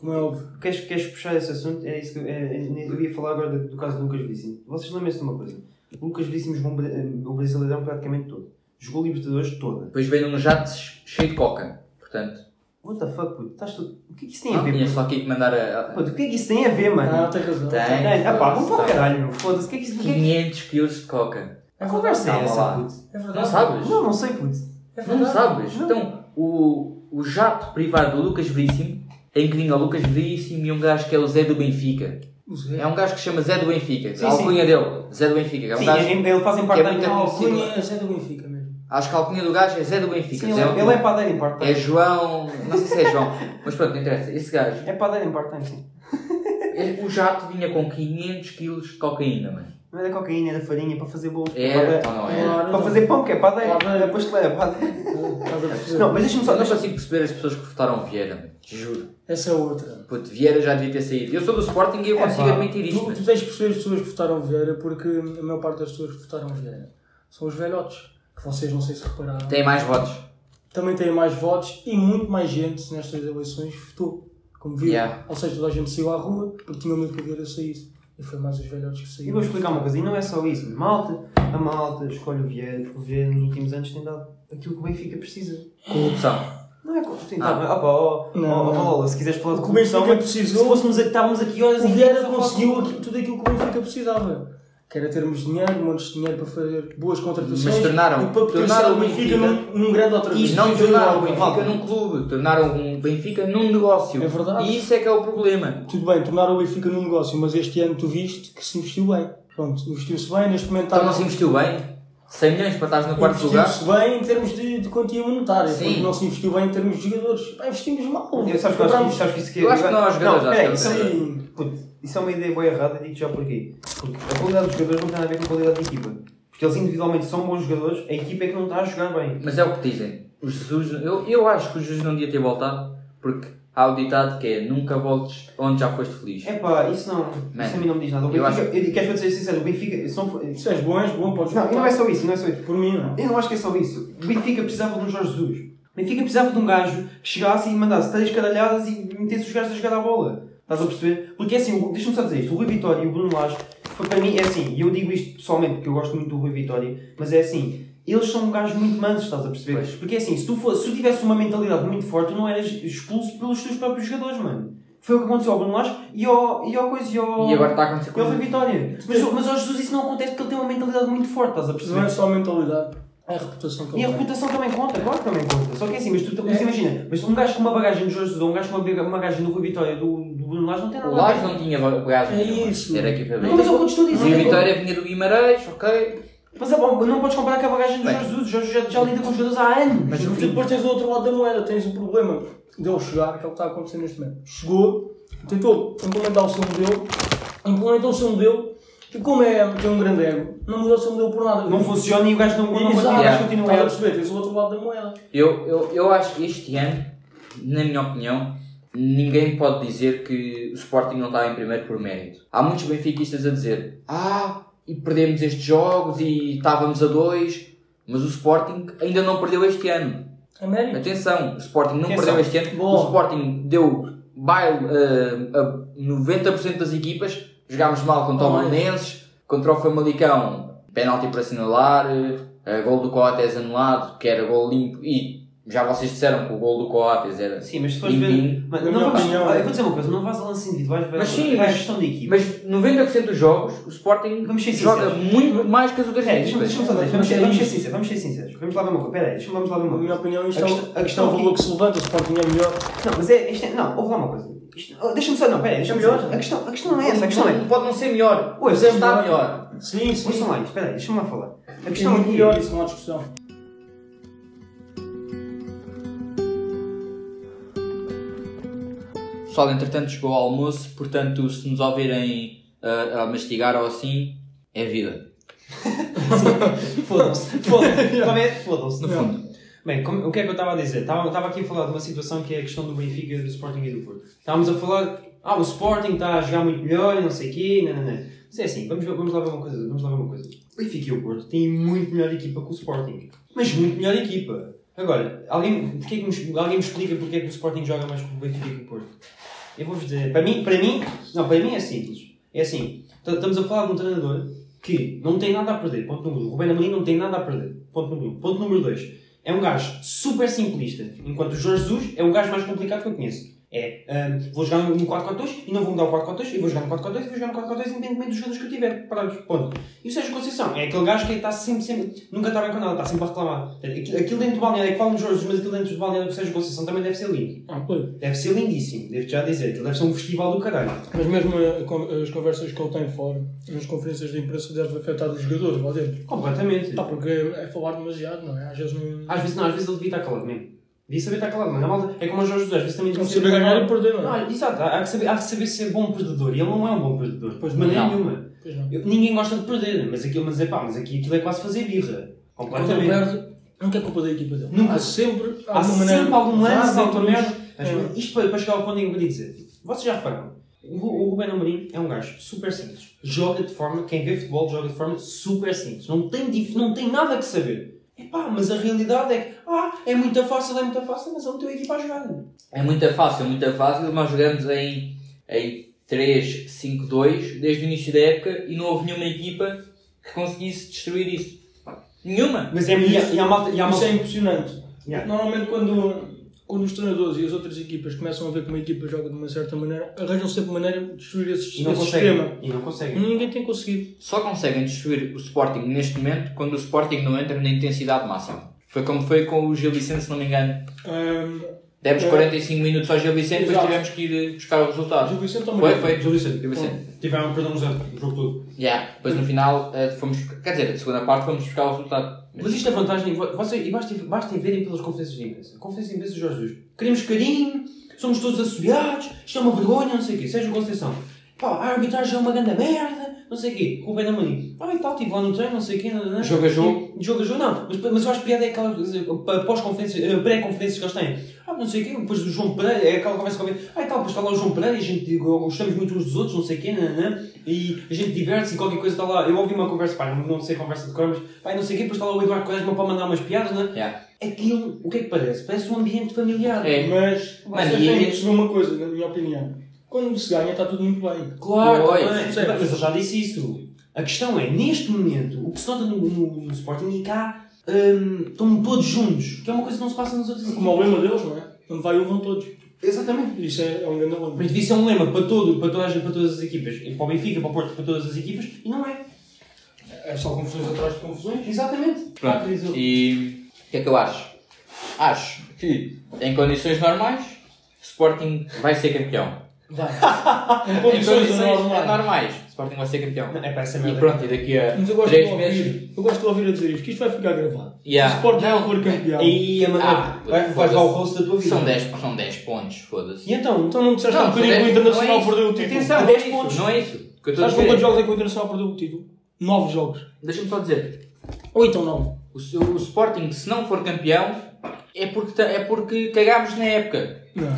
C: Como é óbvio.
B: queres, queres puxar esse assunto? É isso que eu, é, é- eu ia falar agora do, do caso do Lucas Veríssimo. Vocês lembram-se de uma coisa? O Lucas Veríssimo jogou um Bra- o Brasileirão praticamente todo. Jogou Libertadores toda.
A: Depois vem num jato cheio de coca, portanto,
B: What the fuck, puto? Estás tudo... O que é que isso tem a
A: não
B: ver,
A: tinha só aqui que mandar a,
B: puto?
A: a-
B: Puto, o que é que isso tem a ver, mano?
C: Ah, tem razão.
A: Tem.
B: É, ah pá, vamos para o
A: Tá.
B: caralho, meu. Foda-se. O que é que isso... o que é que-
A: 500 quilos de coca.
B: A conversa é
A: Calma
B: essa,
A: lá.
B: puto?
C: É verdade.
A: Não sabes?
B: Não, não sei, puto.
C: É
A: Não
C: verdade.
A: sabes?
B: Não.
A: Então, o, o jato privado do Lucas Veríssimo tem que vir ao Lucas Veríssimo e um gajo que é o Zé do Benfica.
C: Mas
A: É um gajo que se chama Zé do Benfica.
B: Sim,
A: a alcunha dele, Zé do Benfica. É um
B: Sim,
A: gajo,
B: ele ele faz em
A: que
B: parte
A: é
B: da
A: muito
B: minha-
A: conhecido.
C: Cunha é Zé do Benfica mesmo.
A: acho que a alcunha do gajo é Zé do Benfica.
B: Sim, ele
A: Zé
B: é- ele é padeiro em parte
A: é
B: time.
A: João. Não sei se é João, mas pronto, não interessa. Esse gajo,
B: É padeiro em part-time, sim.
A: o jato vinha com 500 quilos de cocaína, mano.
B: Não era cocaína, era farinha para fazer bolo.
A: Era ou
B: Para,
A: não era?
B: para fazer pão, que é padeiro.
C: Padeiro.
B: Era pasteleira, padeiro.
C: Estás Tá, a perceber?
B: Não, mas deixa-me só.
A: Só não
B: Deixa
A: consigo perceber as pessoas que votaram Vieira, mano. Te juro.
C: Essa é outra.
A: Puto, Vieira já devia ter saído. Eu sou do Sporting e eu
B: É,
A: consigo
B: pá,
A: admitir isto.
C: Tu,
A: mano.
C: tu tens de perceber as pessoas que votaram Vieira porque a maior parte das pessoas que votaram Vieira são os velhotes, que vocês não sei se repararam.
A: Tem mais votos.
C: Também têm mais votos e muito mais gente nestas eleições votou. Como viu,
A: Yeah.
C: ou seja, toda a gente saiu à rua porque tinha medo que a Vieira saísse. E foi mais os velhotes que
B: E vou
C: saíram.
B: explicar uma coisa, e não é só isso. Malta, a malta escolhe o Vieira, porque o Vieira nos últimos anos tem dado aquilo que o Benfica precisa.
A: Corrupção.
B: Não é corrupção. Tá,
A: Ah.
B: mas, opa, ó, ó,
C: Não,
B: ó,
C: não.
B: Lola, se quiseres falar de
C: O que o Benfica
B: corrupção, mas
C: precisou-
B: Se fôssemos aqui, estávamos aqui horas
C: O
B: e
C: Vieira
B: dias a falar de
C: conseguiu
B: corrupção.
C: aqui- tudo aquilo que o Benfica precisava. Que era termos dinheiro, montes de dinheiro para fazer boas contratações.
A: Mas tornaram-
C: e para potenciar
A: tornaram
C: o
A: o
C: Benfica,
A: Benfica-
C: num, num grande outra vez.
A: E não
B: Isto
A: tornaram o
B: é
A: Benfica
B: verdade.
A: num clube, tornaram o Benfica num negócio.
C: É verdade.
A: E isso é que é o problema.
C: Tudo bem, tornaram o Benfica num negócio, mas este ano tu viste que se investiu bem. Pronto, investiu-se bem, neste momento
A: Então não se
C: está-
A: investiu bem? 100 milhões para estar no quarto lugar?
C: investiu-se bem em termos de, de quantia monetária,
A: Sim.
C: porque não se investiu bem em termos de jogadores. Pá, investimos mal.
B: Eu sabes que eu acho que- sabes que isso que é-
A: Eu acho que não há jogadores,
B: peraí,
A: acho que
B: isso
A: não
B: é-
A: tem.
C: Sim.
B: Puto, isso é uma ideia bem errada e digo já porquê. Porque a qualidade dos jogadores não tem nada a ver com a qualidade da equipa. Porque eles individualmente são bons jogadores, a equipa é que não está a jogar bem.
A: Mas é o que dizem. O Jesus, eu, eu acho que o Jesus não devia ter voltado porque há o ditado que é nunca voltes onde já foste feliz.
B: É pá, isso não. Isso a mim não me diz nada. O
A: Eu
B: Benfica,
A: acho-
B: eu, queres que eu te seja sincero? O Benfica. Se não, for-
C: Se és bom, és bom, podes
B: não, e não é só isso, não é só isso.
C: Por mim, não.
B: Eu não acho que é só isso. O Benfica precisava de um Jorge Jesus. O Benfica precisava de um gajo que chegasse e mandasse três caralhadas e metesse os gajos a jogar à bola. Estás a perceber? Porque é assim, o- deixa-me só dizer isto. O Rui Vitória e o Bruno Lage, foi para mim, é assim, e eu digo isto pessoalmente porque eu gosto muito do Rui Vitória, mas é assim, eles são gajos muito mansos, estás a perceber?
A: Pois.
B: Porque é assim, se tu, fosse, se tu tivesse uma mentalidade muito forte, tu não eras expulso pelos teus próprios jogadores, mano. Foi o que aconteceu ao Bruno Lage e ao, e ao coisa, e ao...
A: E agora está a acontecer
B: e ao Rui
A: com
B: Vitória. Mas, mas ao Jesus isso não acontece porque ele tem uma mentalidade muito forte, estás a perceber?
C: Não é só a mentalidade, é a reputação que
B: E
C: ele
B: a
C: tem.
B: reputação também conta, claro que também conta. Só que é assim, mas tu mas
C: É.
B: imagina, mas um gajo com uma bagagem do Jorge Jesus ou um gajo com uma baga- uma bagagem do Rui Vitória do, do Bruno Lage não tem
A: o
B: nada a
A: Lage
B: ver.
A: não tinha bagagem.
C: É
A: nenhuma.
C: isso.
A: Era aqui para
B: Não, mas
A: ver.
B: é o que eu estou a
A: E
B: dizer.
A: a vitória é vinha do Guimarães, ok.
B: Mas é bom, não podes comparar com a bagagem do
A: Bem.
B: Jorge Jesus. O Jorge Jesus já, já lida com os jogadores há anos.
A: Mas
C: E
A: no fim,
C: depois tens o outro lado da moeda, tens o problema dele chegar, que é o que está a acontecer neste momento. Chegou, tentou implementar o seu modelo, implementou o seu modelo, e como é, tem um grande ego, não mudou o seu modelo por nada.
B: não funciona e o gajo não, não,
C: Exato.
B: continua, o gajo continua.
C: Estás a perceber? Tens o outro lado da moeda.
A: Eu, eu, eu acho que este ano, na minha opinião, ninguém pode dizer que o Sporting não está em primeiro por mérito. Há muitos benfiquistas a dizer: Ah, e perdemos estes jogos e estávamos a dois, mas o Sporting ainda não perdeu este ano.
C: É mérito.
A: Atenção, o Sporting não
B: Atenção.
A: perdeu este ano.
C: Boa.
A: O Sporting deu baile eh, a 90% das equipas. Jogámos mal contra o
C: Olha.
A: Belenenses, contra o Famalicão, penalti para assinalar, eh, gol do Coates anulado, que era gol limpo. E já vocês disseram que o gol do Coates era.
B: Sim, mas se fores
A: Ninguém-
B: ver. Mano,
C: Na
B: não
C: minha
B: vais,
C: opinião,
B: olha,
C: é.
B: eu vou dizer uma coisa, não vais a lances individuais, vais
A: Mas sim,
B: vai à
A: mas-
B: gestão de equipa.
A: Mas 90% dos jogos o Sporting
B: Vamos ser
A: joga
B: sinceros.
A: muito mais que as outras
B: Peraí, deixa-me
A: equipas.
B: deixa-me só dizer, vamos ser-
C: Mas é
B: vamos ser
C: isso.
B: sinceros, vamos ser sinceros. Vamos lá ver uma coisa, peraí, deixa-me vamos lá ver uma
C: Na
B: coisa.
C: minha opinião, isto
B: A
C: é um-
B: questão- a
C: isto é
B: questão
C: um
B: aqui-
C: valor que se levanta, o Sporting é melhor.
B: Não, mas é, isto é, não, ouve lá uma coisa. Isto- oh, Deixa-me só, não, peraí, deixa-me só. A questão, a questão não é essa, a questão é.
A: Pode não ser melhor,
B: Oi,
A: mas
B: é
A: está
C: melhor.
A: melhor.
C: Sim, sim.
B: Ouçam lá, um espera aí, deixa-me lá falar. A
C: É
B: questão
C: muito
B: aqui
C: melhor,
B: é.
C: isso não há discussão.
A: pessoal, entretanto, chegou ao almoço, portanto, se nos ouvirem ah, a mastigar ou assim, é vida.
B: Foda-se. Foda-se. Também é foda-se.
A: No fundo.
B: Bem, como- o que é que eu estava a dizer? Estava, estava aqui a falar de uma situação que é a questão do Benfica, do Sporting e do Porto. Estávamos a falar, ah, o Sporting está a jogar muito melhor e não sei o quê, não, não, não. Mas é assim, vamos, ver- vamos lá ver uma coisa, vamos lá ver uma coisa. O Benfica e o Porto têm muito melhor equipa que o Sporting. Mas muito melhor equipa. Agora, alguém, porque é que me- alguém me explica porque é que o Sporting joga mais que o Benfica e que o Porto? Eu vou-vos dizer, para mim, para mim, não, para mim é simples. É assim, t- estamos a falar de um treinador que não tem nada a perder, ponto número um. O Rubén Amorim não tem nada a perder, ponto número um. Ponto número dois, é um gajo super simplista, enquanto o Jorge Jesus é o gajo mais complicado que eu conheço. É, hum, vou jogar no 4-4-2 e não vou mudar o 4-4-2 e vou jogar um no 4-4-2 e vou jogar no 4-4-2 independentemente dos jogadores que eu tiver. Parados, ponto. E o Sérgio Conceição é aquele gajo que está sempre, sempre, nunca está bem com nada, está sempre a reclamar. Aquilo aquilo dentro do balneário é que falam dos Jorge Jesus, mas aquilo dentro do balneário do Sérgio Conceição também deve ser lindo.
C: Ah, pois.
B: Deve ser lindíssimo, devo já dizer, aquilo deve ser um festival do caralho.
C: Mas mesmo a con- as conversas que ele tem fora, nas conferências de imprensa, deve afetar os jogadores lá dentro.
B: Completamente.
C: Tá, porque é falar demasiado, não é? Às vezes não.
B: Às vezes não, às vezes ele devia estar calado mesmo. Devia saber estar calado, mas a malta é como o Jorge Jesus, às vezes também
C: Não
B: devia
C: saber ganhar e perder, não é?
B: Não, exato, há há que, saber, há que saber ser bom perdedor e ele não é um bom perdedor,
C: Pois
B: de maneira
A: não.
B: nenhuma.
C: Pois não.
B: Eu- ninguém gosta de perder, mas aquilo, mas é pá, mas aqui aquilo é quase fazer birra.
C: Quando ele
B: Completamente.
C: perde, nunca é culpa da equipa dele.
B: Nunca.
C: Há sempre
B: Há
C: alguma
B: sempre
C: maneira.
B: algum lance,
C: Exato,
B: alguma merda. Mas,
C: É.
B: mas Isto para, para chegar ao ponto em que eu queria dizer. Vocês já repararam? O, Ru- o Ruben Amorim é um gajo super simples. Joga de forma, quem vê futebol joga de forma super simples. Não tem, dif- não tem nada que saber. Epá, mas a realidade é que, ah, é muito fácil, é muito fácil, mas ele meteu a equipa a jogar.
A: É muito fácil, muito fácil. Nós jogamos em, em 3-5-2 desde o início da época e não houve nenhuma equipa que conseguisse destruir isso. Nenhuma!
B: Mas é, e, a, e a malta, e a
C: Isso
B: malta
C: é impressionante.
B: Yeah.
C: Normalmente, quando, quando os treinadores e as outras equipas começam a ver como a equipa joga de uma certa maneira, arranjam sempre maneira de destruir esse,
B: e não
C: esse
B: consegue.
C: sistema.
B: E não consegue.
C: E é ninguém tem conseguido.
A: Só conseguem destruir o Sporting neste momento quando o Sporting não entra na intensidade máxima. Foi como foi com o Gil Vicente, se não me engano.
C: Ahm,
A: Demos
C: É.
A: 45 minutos ao Gil Vicente, depois
C: Exato.
A: tivemos que ir buscar o resultado.
C: Gil Vicente também.
A: Foi, foi.
B: Gil Vicente.
A: Gil Vicente.
B: Tiveram, perdão, o jogo todo.
A: Yeah. Depois no final eh, fomos. Quer dizer, a segunda parte fomos buscar o resultado.
B: Mas isto é vantagem. vo- Vocês, e basta, basta verem pelas conferências de imprensa. Conferências de imprensa de Jorge Jesus. Queremos carinho, somos todos assobiados, isto é uma vergonha, não sei o quê. Sérgio Conceição. Pá, a arbitragem é uma grande merda, não sei o quê. Rubén Amorim. Ah, e tal, estive lá no treino, não sei o quê. Não, não, não.
A: Jogo a jogo.
B: Jogo a jogo, não. Mas, mas eu acho piada é aquela pós-conferências, eh, pré-conferências que eles têm. Ah, não sei o quê. Depois do João Pereira, é aquela conversa que eu vi. Ah, e tal, depois está lá o João Pereira e a gente gostamos muito uns dos outros, não sei o quê, não, não, não. E a gente diverte-se e qualquer coisa está lá. Eu ouvi uma conversa, pá, não, não sei a conversa de cor, mas pá, não sei o quê. Depois está lá o Eduardo Quaresma para mandar umas piadas, não é?
A: Yeah.
B: Aquilo, o que é que parece? Parece um ambiente familiar.
A: É.
C: Mas
A: Mano,
C: vocês
A: e-
C: têm que perceber uma coisa, na minha opinião. Quando se ganha, está tudo muito bem.
B: Claro,
A: Pois,
B: também.
C: sim.
B: mas eu já disse isso. A questão é, neste momento, o que se nota no, no, no Sporting e cá hum, estão todos juntos, que é uma coisa que não se passa nas outras
C: Como é o lema deles, não é? Onde vai um, vão todos.
B: Exatamente.
C: Isso é, é um grande lema.
B: Mas devia ser um lema para, todo, para, todas, para todas as equipas, e para o Benfica, para o Porto, para todas as equipas, e não é.
C: É só confusões atrás de confusões.
B: Exatamente.
A: Pronto, e o que é que eu acho? Acho que em condições normais, Sporting vai ser campeão.
C: Vai. em
A: Em
C: condições
A: condições
C: anormais.
A: normais, Sporting vai ser campeão.
B: É para essa
A: E
B: merda.
A: pronto, e daqui a
C: Mas eu gosto, de
A: 3 meses.
C: ouvir, eu gosto de ouvir a dizer isto, que isto vai ficar gravado.
A: Yeah.
C: Se o Sporting
A: Não.
C: não for campeão.
B: Aí a maneira.
A: Ah,
B: vai vai
A: foda-se.
B: levar o rosto da tua vida.
A: São 10, são 10 pontos, foda-se.
B: E então?
C: Então não disseste
A: Não,
C: há um bocadinho
A: não
C: que
A: é-
C: o
A: não é
C: Internacional
A: isso.
C: perdeu o título.
B: Atenção. Há
A: Não é
B: 10
A: isso,
B: pontos.
A: Não é isso. O que eu estou a
C: Sabes com
A: dizer.
C: quantos
A: é-
C: jogos é que o Internacional perdeu o título? Nove jogos.
A: Deixa-me só dizer.
C: Ou então nove.
A: O, se- o Sporting, se não for campeão, é porque, ta- é porque cagámos na época.
C: Não.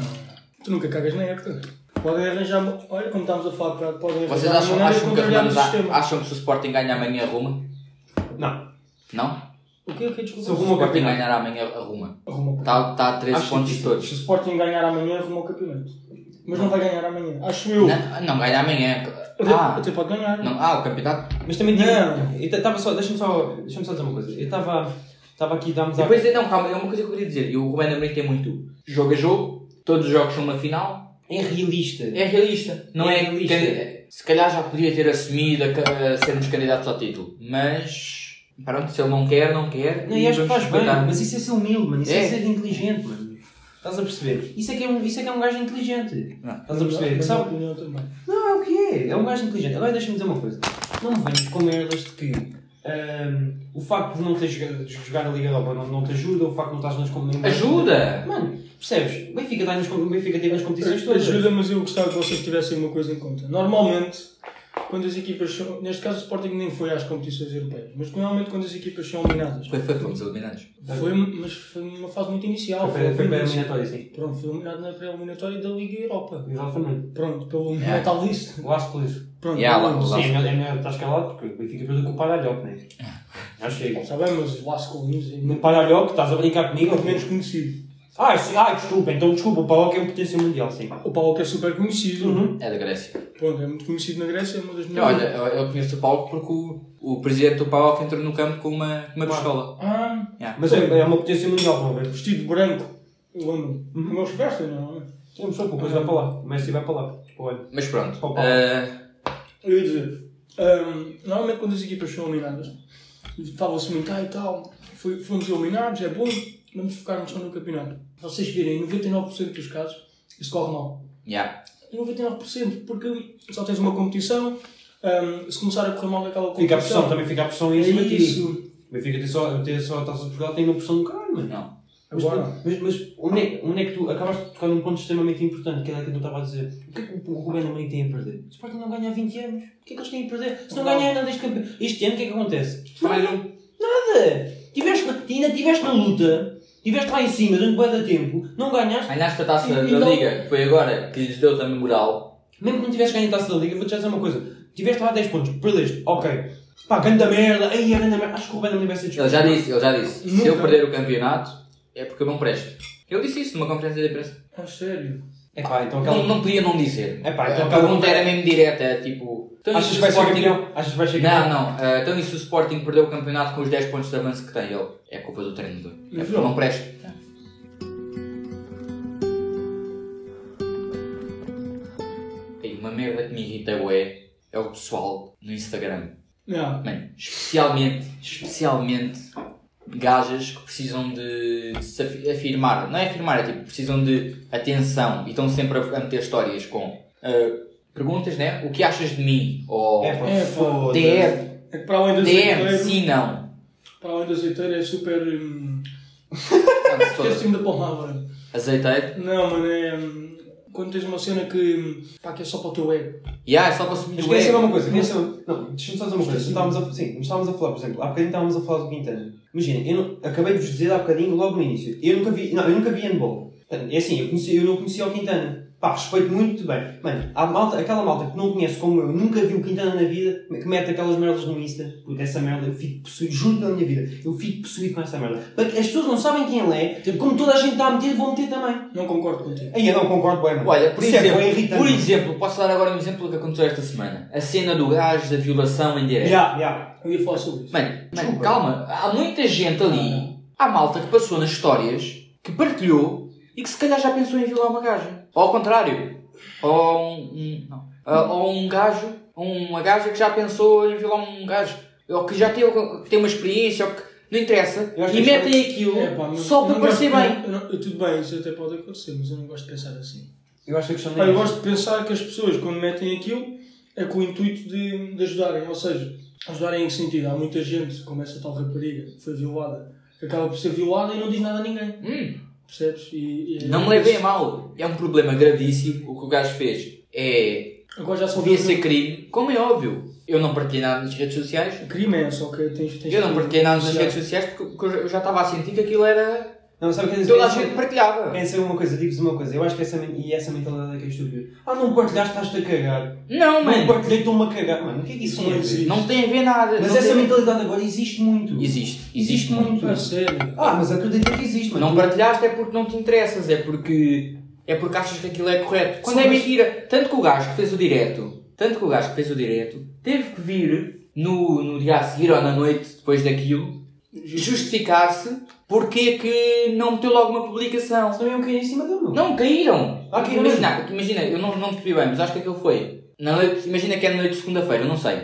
C: Tu nunca cagas na época. Podem arranjar. Olha, como estávamos a falar, pra- podem
A: Vocês
C: arranjar
A: acham,
C: maneira de
A: acham que
C: contrariar
A: arrumamos
C: o sistema.
A: a- acham que se o Sporting ganhar amanhã arruma?
B: Não.
A: Não?
C: O que é que
B: Se
C: desculpa?
A: Se o
B: arruma o
A: Sporting
B: campeonato.
A: ganhar amanhã arruma.
C: Arruma o campeonato.
A: Está tá a 13
B: Acho
A: pontos
B: difícil.
A: todos.
C: Se o Sporting ganhar amanhã, arruma o campeonato. Mas não vai ganhar amanhã. Acho eu.
A: Não, não ganha amanhã.
C: Até-
A: Ah,
C: Até pode ganhar.
A: não, ah, o campeonato.
B: Mas também digo.
C: Não.
B: eu Estava só. Deixa-me só, deixa só dizer uma coisa. Eu estava. Estava aqui, dá-me a.
A: Depois, não, calma, é uma coisa que eu queria dizer. E o Rubén Amorim tem muito. Jogo a jogo, todos os jogos são uma final.
B: É realista.
A: É realista. Não é,
B: É realista.
A: can- Se calhar já podia ter assumido a, ca- a sermos candidatos ao título. Mas. Pronto, se ele não quer, não quer.
B: Não, e acho que
A: vamos
B: faz bem,
A: respeitar.
B: mas isso é ser humilde, mano. Isso é,
A: É.
B: ser inteligente, mano. Estás a perceber? Isso é que é um, isso é, que é um gajo inteligente.
A: Não.
B: Estás a perceber?
C: Mas na
B: Sabe?
C: opinião também.
B: Não, é o que é. É um gajo inteligente. Agora deixa-me dizer uma coisa. Não me venhas com merdas de que ahm, o facto de não ter jogado, de jogar a Liga Europa não, não te ajuda, o facto de não estás nas comunidades.
A: Ajuda!
B: Mano, Percebes? O Benfica, está nas, com- o Benfica teve nas competições todas.
C: Ajuda, mas eu gostava que vocês tivessem uma coisa em conta. Normalmente, quando as equipas são. Neste caso, o Sporting nem foi às competições europeias, mas normalmente quando as equipas são eliminadas.
A: Foi, foi, fomos eliminados.
C: Foi, mas foi uma fase muito inicial.
B: Foi, foi, foi para a
C: eliminatória.
B: eliminatória, sim.
C: Pronto, foi eliminado na pré-eliminatória da Liga Europa.
B: Exatamente.
C: Pronto, pelo
A: Yeah.
C: metal list.
B: Eu acho que por isso.
C: Pronto,
A: Yeah, lá-
C: pronto.
B: Sim, é melhor, é melhor estar escalado porque o Benfica perdeu com o Paralhoque, não é? Acho que é.
C: Está bem, mas Lasco Lins é
B: No
C: muito
B: Paralhoque, estás a brincar comigo? é
C: menos conhecido.
B: Ah, sim, ah, desculpa, então desculpa, o Paralhoque é uma potência mundial, sim.
C: O Paulo que é super conhecido.
B: Uhum.
A: É da Grécia.
C: Pronto, é muito conhecido na Grécia, é uma das
A: Eu, olha, eu, eu conheço o Paulo porque o, o presidente do Paulo entrou no campo com uma, uma pistola.
C: Ah,
A: Yeah.
B: Mas é, é uma potência mundial, não é?
C: vestido de branco. Eu amo.
B: Uhum.
C: Como eles vestem, não é?
B: Sim, mas só que o Coisa vai para lá. O Messi vai para lá. Olha.
A: Mas pronto.
B: Opa.
A: ah,
C: Eu ia dizer, hum, normalmente quando as equipas são eliminadas, fala-se muito, ah e tal, foi- fomos eliminados, é bom, vamos focar-nos só no campeonato. Vocês virem, em 99% dos casos, isso corre mal.
A: yeah.
C: 99%, porque só tens uma competição, hum, se começar a correr mal naquela
B: Fica a
C: competição...
B: pressão, também fica a pressão em cima
C: É
B: de ti.
C: isso.
B: O Benfica tem só, tem só a taça de Portugal, tem uma pressão do caralho, mano.
A: Não.
B: Mas,
C: Agora,
B: mas, mas onde, é, onde é que tu acabaste de tocar num ponto extremamente importante, que era aquilo que eu estava a dizer? O que é que o Rubén Amorim tem a perder? O Sporting não ganha há 20 anos. O que é que eles têm a perder? Se não,
C: Não.
B: ganharem nada este campeão. Este ano o que é que acontece?
A: Também não.
B: Nada! Tiveste, na- ainda estiveste na luta, estiveste lá em cima durante bué de tempo, não ganhaste.
A: Ganhaste a taça
B: E- e
A: da
B: não-
A: Liga, que foi agora que lhes deu também moral.
B: Mesmo que não tivesse ganho a taça da liga, vou-te já dizer uma coisa. Tiveste lá 10 pontos, perdeste, ok. Pá, ganda merda, aí é ganda merda. Acho que o Rubén Amorim vai ser
A: Ele já disse, ele já disse. Se eu
C: Nunca.
A: perder o campeonato, é porque eu não presto. Eu disse isso numa conferência de imprensa.
C: a um sério,
B: É pá, então aquela.
A: Não, não podia não dizer.
B: É pá,
A: A
B: então aquela.
A: pergunta era mesmo direta, é tipo... Então, e
B: Achas
A: se
B: que
A: o
B: vai ser
A: Sporting-
B: campeão? Achas que vai ser
A: Não,
B: campeão?
A: não. eh, então e se o Sporting perdeu o campeonato com os 10 pontos de avanço que tem? Ele, é culpa do treinador. É porque eu não presto. Ei, uma merda que me irrita bué é o pessoal no Instagram.
C: não,
A: Mano, especialmente, especialmente gajas que precisam de, de se afi- afirmar. Não é afirmar, é tipo, precisam de atenção e estão sempre a a meter histórias com eh, perguntas, né? O que achas de mim? Ou
B: É pá,
C: É, pá.
B: foda-se.
A: DM.
C: é que para além da
A: DM,
C: azeiteira,
A: sim, não.
C: para além da azeiteira é super... hum,
A: Não,
C: Esqueci-me da palavra.
A: Azeiteiro.
C: Não, mano, é. hum, Quando tens uma cena que. pá, que é só para o teu ego.
A: Yeah, é só para subir
B: Mas
A: o
B: queria saber
A: ego.
B: uma coisa, queria saber. Tipo, Não, deixa-me só dizer uma coisa. Estávamos a, sim, estávamos a falar, por exemplo, há bocadinho estávamos a falar do Quintana. Imagina, eu não, acabei de vos dizer há bocadinho, logo no início, eu nunca vi, não, eu nunca vi handball. Portanto, é assim, eu, conheci, eu não conhecia o Quintana. Pá, respeito muito bem. Mano, há malta, aquela malta que não conhece como eu, nunca vi o Quintana na vida, que mete aquelas merdas no Insta, porque essa merda eu fico possuído, juro pela minha vida, eu fico possuído com essa merda. Porque as pessoas não sabem quem ele é, como toda a gente está a meter, vão meter também.
C: Não concordo contigo.
B: Aí eu não concordo, bem, mano.
A: Olha, por
B: Isso é bué
A: exemplo,
B: irritante.
A: por exemplo, posso dar agora um exemplo do que aconteceu esta semana. A cena do gajo da violação em direto.
B: Ya, ya.
C: Eu ia falar sobre isso.
A: Mano, mano,
B: Desculpa.
A: calma. Há muita gente ali.
C: Ah,
A: Há malta que passou nas histórias, que partilhou e que se calhar já pensou em violar uma gaja. Ou ao contrário. Ou um, um- não. Ah, ou um gajo, uma gaja que já pensou em violar um gajo. Ou que já teve, que tem uma experiência, ou que não interessa.
B: Eu acho que
A: E
B: isso
A: metem aquilo
C: É, pá, mas
A: só para
C: eu não gosto-
A: parecer bem.
C: eu não- eu- tudo bem, isso até pode acontecer, mas eu não gosto de pensar assim.
B: Eu acho que a questão
C: Pá,
B: é
C: eu gosto de pensar que as pessoas, quando metem aquilo, é com o intuito de, de ajudarem. Ou seja, ajudarem em que sentido? Há muita gente, como essa tal rapariga, que foi violada, que acaba por ser violada e não diz nada a ninguém.
A: Hum.
C: Percebes? E, é e-
A: Não me levei a mal. É um problema gravíssimo o que o gajo fez. É.
C: Agora já só
A: Devia ser crime, como é óbvio. Eu não partilhei nada nas redes sociais.
C: crime, é só que tens. tens
A: Eu não
C: que-
A: partilhei nada nas redes sociais porque porque eu já estava a sentir que aquilo era.
B: Não, sabe o que é
A: Toda a gente partilhava.
B: Pensa uma coisa, digo-vos uma coisa, eu acho que essa, men- e essa mentalidade é que é estúpida. Ah, não partilhaste, estás-te a cagar.
A: Não,
B: Não
A: mano.
B: partilhei, estou-me a cagar. Mano, o que é que isso
C: Não
B: é?
C: existe.
A: Não tem a ver nada.
B: Mas
A: não
B: essa
A: tem-
B: mentalidade agora existe muito.
A: Existe.
B: Existe
A: Existe muito.
B: muito.
C: A é sério.
B: Ah, mas acredito que existe, mano.
A: Não partilhaste é porque não te interessas, é porque. É porque achas que aquilo é correto. Quando
B: Sim,
A: é
B: mas-
A: mentira. Tanto que o gajo que fez o direto. Tanto que o gajo que fez o direto teve que vir no, no dia a seguir ou na noite depois daquilo justificar-se porque é que não meteu logo uma publicação.
B: Só iam cair um em cima dele, mano.
A: Não, caíram.
B: Ah, caíram.
A: imagina, imagina, eu não, não percebi bem, mas acho que aquilo foi. Na noite, imagina que é na noite de segunda-feira, não sei.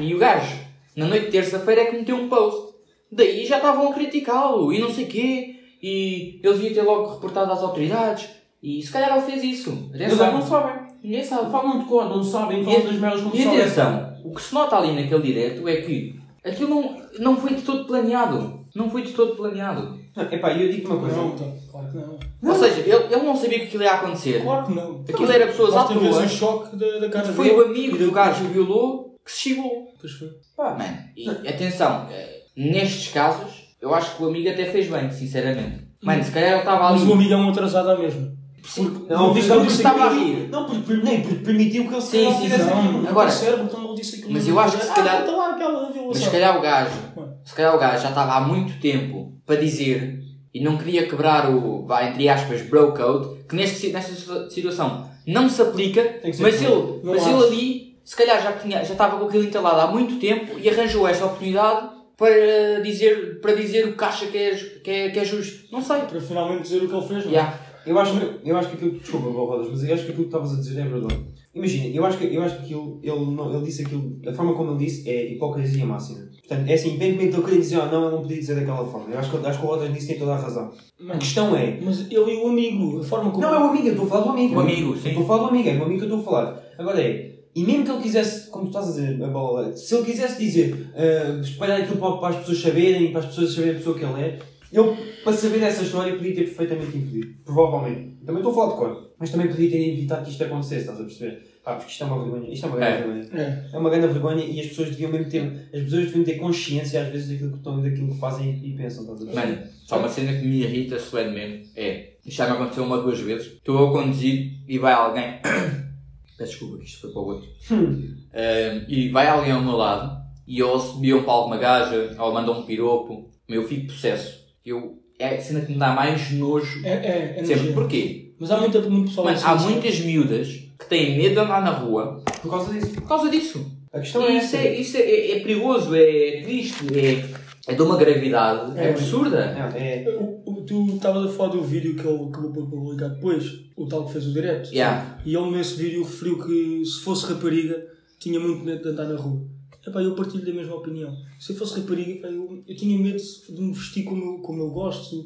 A: E o gajo, na noite de terça-feira, é que meteu um post. Daí já estavam a criticá-lo e não sei quê. E ele devia ter logo reportado às autoridades. E se calhar ele fez isso.
B: Eles
A: Atenção.
B: não sabem.
A: Ninguém sabe.
B: Falam de cor, não sabem, falam das merdas como
A: E
B: sabem.
A: atenção, o que se nota ali naquele direto é que aquilo não, não foi de todo planeado. Não foi de todo planeado.
B: Não, epá, e eu digo-te uma
A: é.
B: coisa.
C: Não, então, claro que não. Então,
A: Ou seja, ele, ele não sabia que aquilo ia acontecer.
C: Claro que não.
A: É. Aquilo era pessoas à
C: Basta ver
A: toa.
C: o choque da, da cara
A: Foi
C: dele.
A: o amigo do gajo que violou que se chegou. Ah.
C: Pois foi.
B: Pá,
A: Mano, e atenção, eh, nestes casos, eu acho que o amigo até fez bem, sinceramente. Mano, se calhar ele estava
C: Mas o
A: ali.
C: amigo é um atrasado à mesma.
A: Sim.
B: Não,
A: diz
B: porque
A: É que estava a
B: permitiu-
A: rir.
B: Não, porque per- nem porque permitiu que ele se
A: Sim,
B: não
A: sim,
B: fizesse
A: não.
B: aquilo.
A: é Agora-
C: o cérebro então ele disse aquilo.
A: Mas eu acho que se calhar-
C: Ah, está lá aquela violação.
A: Mas se calhar o gajo, se calhar o gajo já estava há muito tempo para dizer e não queria quebrar o, vá, entre aspas, bro code, que neste, si- nesta situa- situação não se aplica,
C: Tem que ser
A: mas
C: claro.
A: ele,
C: Não
A: mas ele
C: acho.
A: ali, se calhar já, tinha, já estava com aquilo entalado há muito tempo e arranjou esta oportunidade para dizer, para dizer o que acha que é, ju- que é, que é justo. Não sei.
C: Para finalmente dizer o que ele fez, não é?
A: Yeah.
B: Eu acho, que- eu acho que aquilo. Desculpa, Boa Rodas, mas eu acho que aquilo que estavas a dizer é verdade. Imagina, eu acho que, eu acho que aquilo, ele, não, ele disse aquilo. A forma como ele disse é hipocrisia máxima. Portanto, é assim, independentemente de eu querer dizer ou não, ele não podia dizer daquela forma. Eu acho que, acho que o Rodas nisso tem toda a razão. A
C: Mas,
B: questão é.
C: mas ele e o amigo, a forma como.
B: Não, é o amigo, eu estou a falar do amigo.
A: O Um amigo, sim.
B: Eu Estou a falar do amigo, é o amigo que eu estou a falar. Agora é, e mesmo que ele quisesse, como tu estás a dizer, a bola, se ele quisesse dizer, ah, espalhar aquilo para, para as pessoas saberem, para as pessoas saberem a pessoa que ele é, ele, para saber dessa história, podia ter perfeitamente impedido. Provavelmente. Também estou a falar de cor. Mas também podia ter evitado que isto acontecesse, estás a perceber? Pá, porque isto é uma vergonha. Isto é uma grande
A: É.
B: vergonha.
C: É.
B: É uma grande vergonha e as pessoas deviam mesmo ter, as pessoas deviam ter consciência às vezes daquilo que, estão, daquilo que fazem e pensam, estás a perceber?
A: Mano, só uma cena que me irrita solenemente é. Isto já me aconteceu uma ou duas vezes. Estou a conduzir e vai alguém. Peço desculpa que isto foi para o outro.
B: Hum,
A: Ahm, e vai alguém ao meu lado e eu subiam para alguma gaja ou mandam um piropo. Meu, eu fico possesso. Eu, é a cena que me dá mais nojo.
C: É, é, é
A: sempre.
C: nojento.
A: Porquê?
C: Mas há muita, muito pessoal
A: Mano,
C: assim,
A: há
C: assim.
A: muitas miúdas que têm medo de andar na rua
B: Por causa disso.
A: por causa disso.
B: A
C: Então
B: questão
A: E
B: é
A: isso
B: essa.
A: é, isso é, é- é perigoso, é triste, é, é de uma gravidade
C: É.
A: absurda.
B: Não, é-
C: O- o- tu estavas a falar do vídeo que ele acabou por publicar depois, o tal que fez o direto.
A: Yeah.
C: E ele nesse vídeo referiu que se fosse rapariga tinha muito medo de andar na rua. Epá, eu partilho da mesma opinião. Se eu fosse rapariga, epá, eu, eu tinha medo de me vestir como eu, como eu gosto,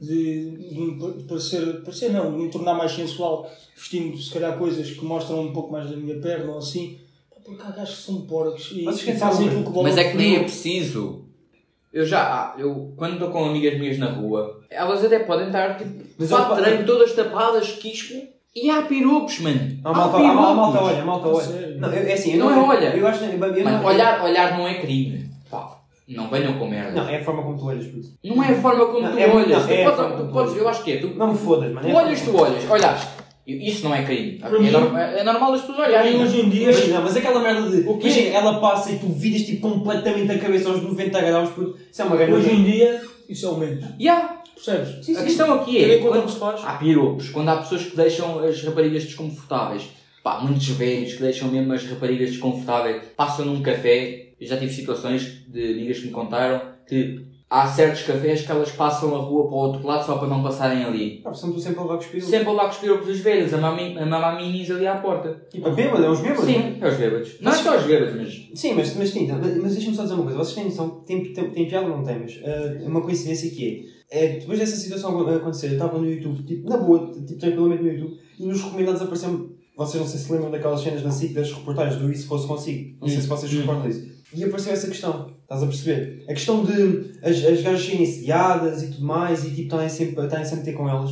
C: de, de me pa- de parecer, parecer não, de me tornar mais sensual, vestindo se calhar coisas que mostram um pouco mais da minha perna ou assim. Epá, Porque há gajos que são porcos e,
B: Mas
C: e
B: esquece
C: fazem
B: uma
C: aquilo que o Bola
A: Mas é que nem é
C: referiu.
A: preciso. Eu já, ah, eu, quando estou com amigas minhas na rua, elas até podem estar tipo,
B: Mas
A: fato de
B: eu-
A: treino, todas tapadas, quispo, e há pirupos, mano.
B: Ah, malta, ah, mal- malta olha, malta
C: Tá
B: olha.
C: sério?
B: Não, eu- é assim, eu
A: Não é olha.
B: Eu acho que eu
A: Mano,
B: não-
A: olhar, olhar não é crime. Pá, não venham com merda.
B: Não, é a forma como tu olhas, puto.
A: Não, é a forma como
B: Não,
A: tu
B: é-
A: olhas.
B: não,
A: tu
B: é a
A: podes,
B: forma
A: tu
B: como tu
A: podes-
B: olhas.
A: eu acho que é. Tu,
B: Não me fodas, mano.
A: tu olhas, tu olhas, olhaste. E- Isso não é crime.
C: Para
A: É,
C: mim-
A: norma- é normal as pessoas
C: Para mim,
A: olharem.
C: hoje em dia,
B: Imagina, mas aquela merda de.
C: O quê?
B: Imagina, ela passa e tu vidas tipo completamente a cabeça aos 90 graus, puto. Isso é uma grande.
C: hoje em dia, isso é o menos.
A: Yeah,
C: Percebes?
A: a questão aqui
C: Tendo
A: é.
C: em conta o
A: quando-
C: que se faz.
A: Há piropos, quando há pessoas que deixam as raparigas desconfortáveis. Pá, muitos velhos que deixam mesmo as raparigas desconfortáveis. Passam num café. Eu já tive situações de amigas que me contaram que há certos cafés que elas passam a rua para o outro lado só para não passarem ali.
B: Pá, são tu sempre a levar com os pirulos.
A: Sempre lá com os piropos dos velhos, a mami- a mamaminis ali à porta.
B: Tipo, a bêbada, é uns bêbados.
A: Sim, é os bêbados. Não é só os bêbados, mas.
B: Sim, mas, mas, sim, então, mas, mas deixa-me só dizer uma coisa. Vocês têm noção, tem, tem, tem piada ou não tem, mas ah, uma coincidência que é, é, Depois dessa situação acontecer, eu estava no YouTube, tipo, na boa, tipo, tranquilamente no YouTube, e nos recomendados apareceu Vocês não sei se lembram daquelas cenas na SIC das reportagens do E se fosse consigo. Não sei se vocês
A: Hum.
B: recordam disso. E apareceu essa questão, estás a perceber? A questão de as, as gajas serem assediadas e tudo mais, e tipo, estarem sempre, estarem sempre a ter com elas.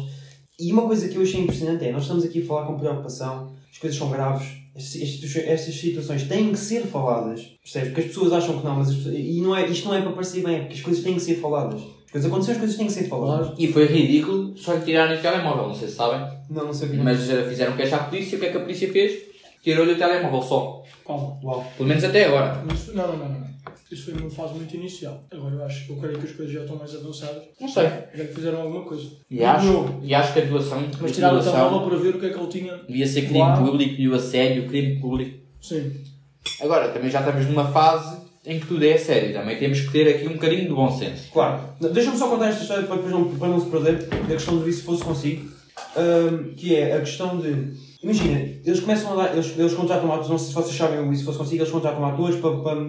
B: E uma coisa que eu achei impressionante é, nós estamos aqui a falar com preocupação, as coisas são graves, estes- estes- estas situações têm que ser faladas, percebes? Porque as pessoas acham que não, mas as pessoas- e não é, isto não é para parecer bem, é porque as coisas têm que ser faladas. As coisas aconteceram, as coisas têm que ser faladas.
A: E foi ridículo só lhe tirarem o telemóvel, não sei se sabem.
B: Não, não sei o que. é.
A: Mas eh, fizeram queixa à polícia. O que é que a polícia fez? Tirou-lhe o telemóvel só.
C: Calma.
B: Uau.
A: Pelo menos até agora.
C: Mas, não, não, não, não. Isso foi uma fase muito inicial. Agora eu acho, eu creio que as coisas já estão mais avançadas.
A: Não sei.
C: Já lhe fizeram alguma coisa.
A: E acho,
C: Não.
A: e acho que a violação,
C: Mas
A: a
C: tiraram o
A: violação
C: telemóvel para ver o que é que ele tinha.
A: devia ser crime
C: Claro.
A: público e o assédio, crime público.
C: Sim.
A: Agora, também já estamos numa fase em que tudo é sério. Também temos que ter aqui um bocadinho de bom senso.
B: Claro. Não, Deixa-me só contar esta história para depois não, para não se perder da questão do isso fosse consigo. Ahm, que é a questão de. Imagina, eles começam a dar. Eles, eles contratam atores, não sei se vocês sabem o isso fosse consigo, eles contratam atores para, para,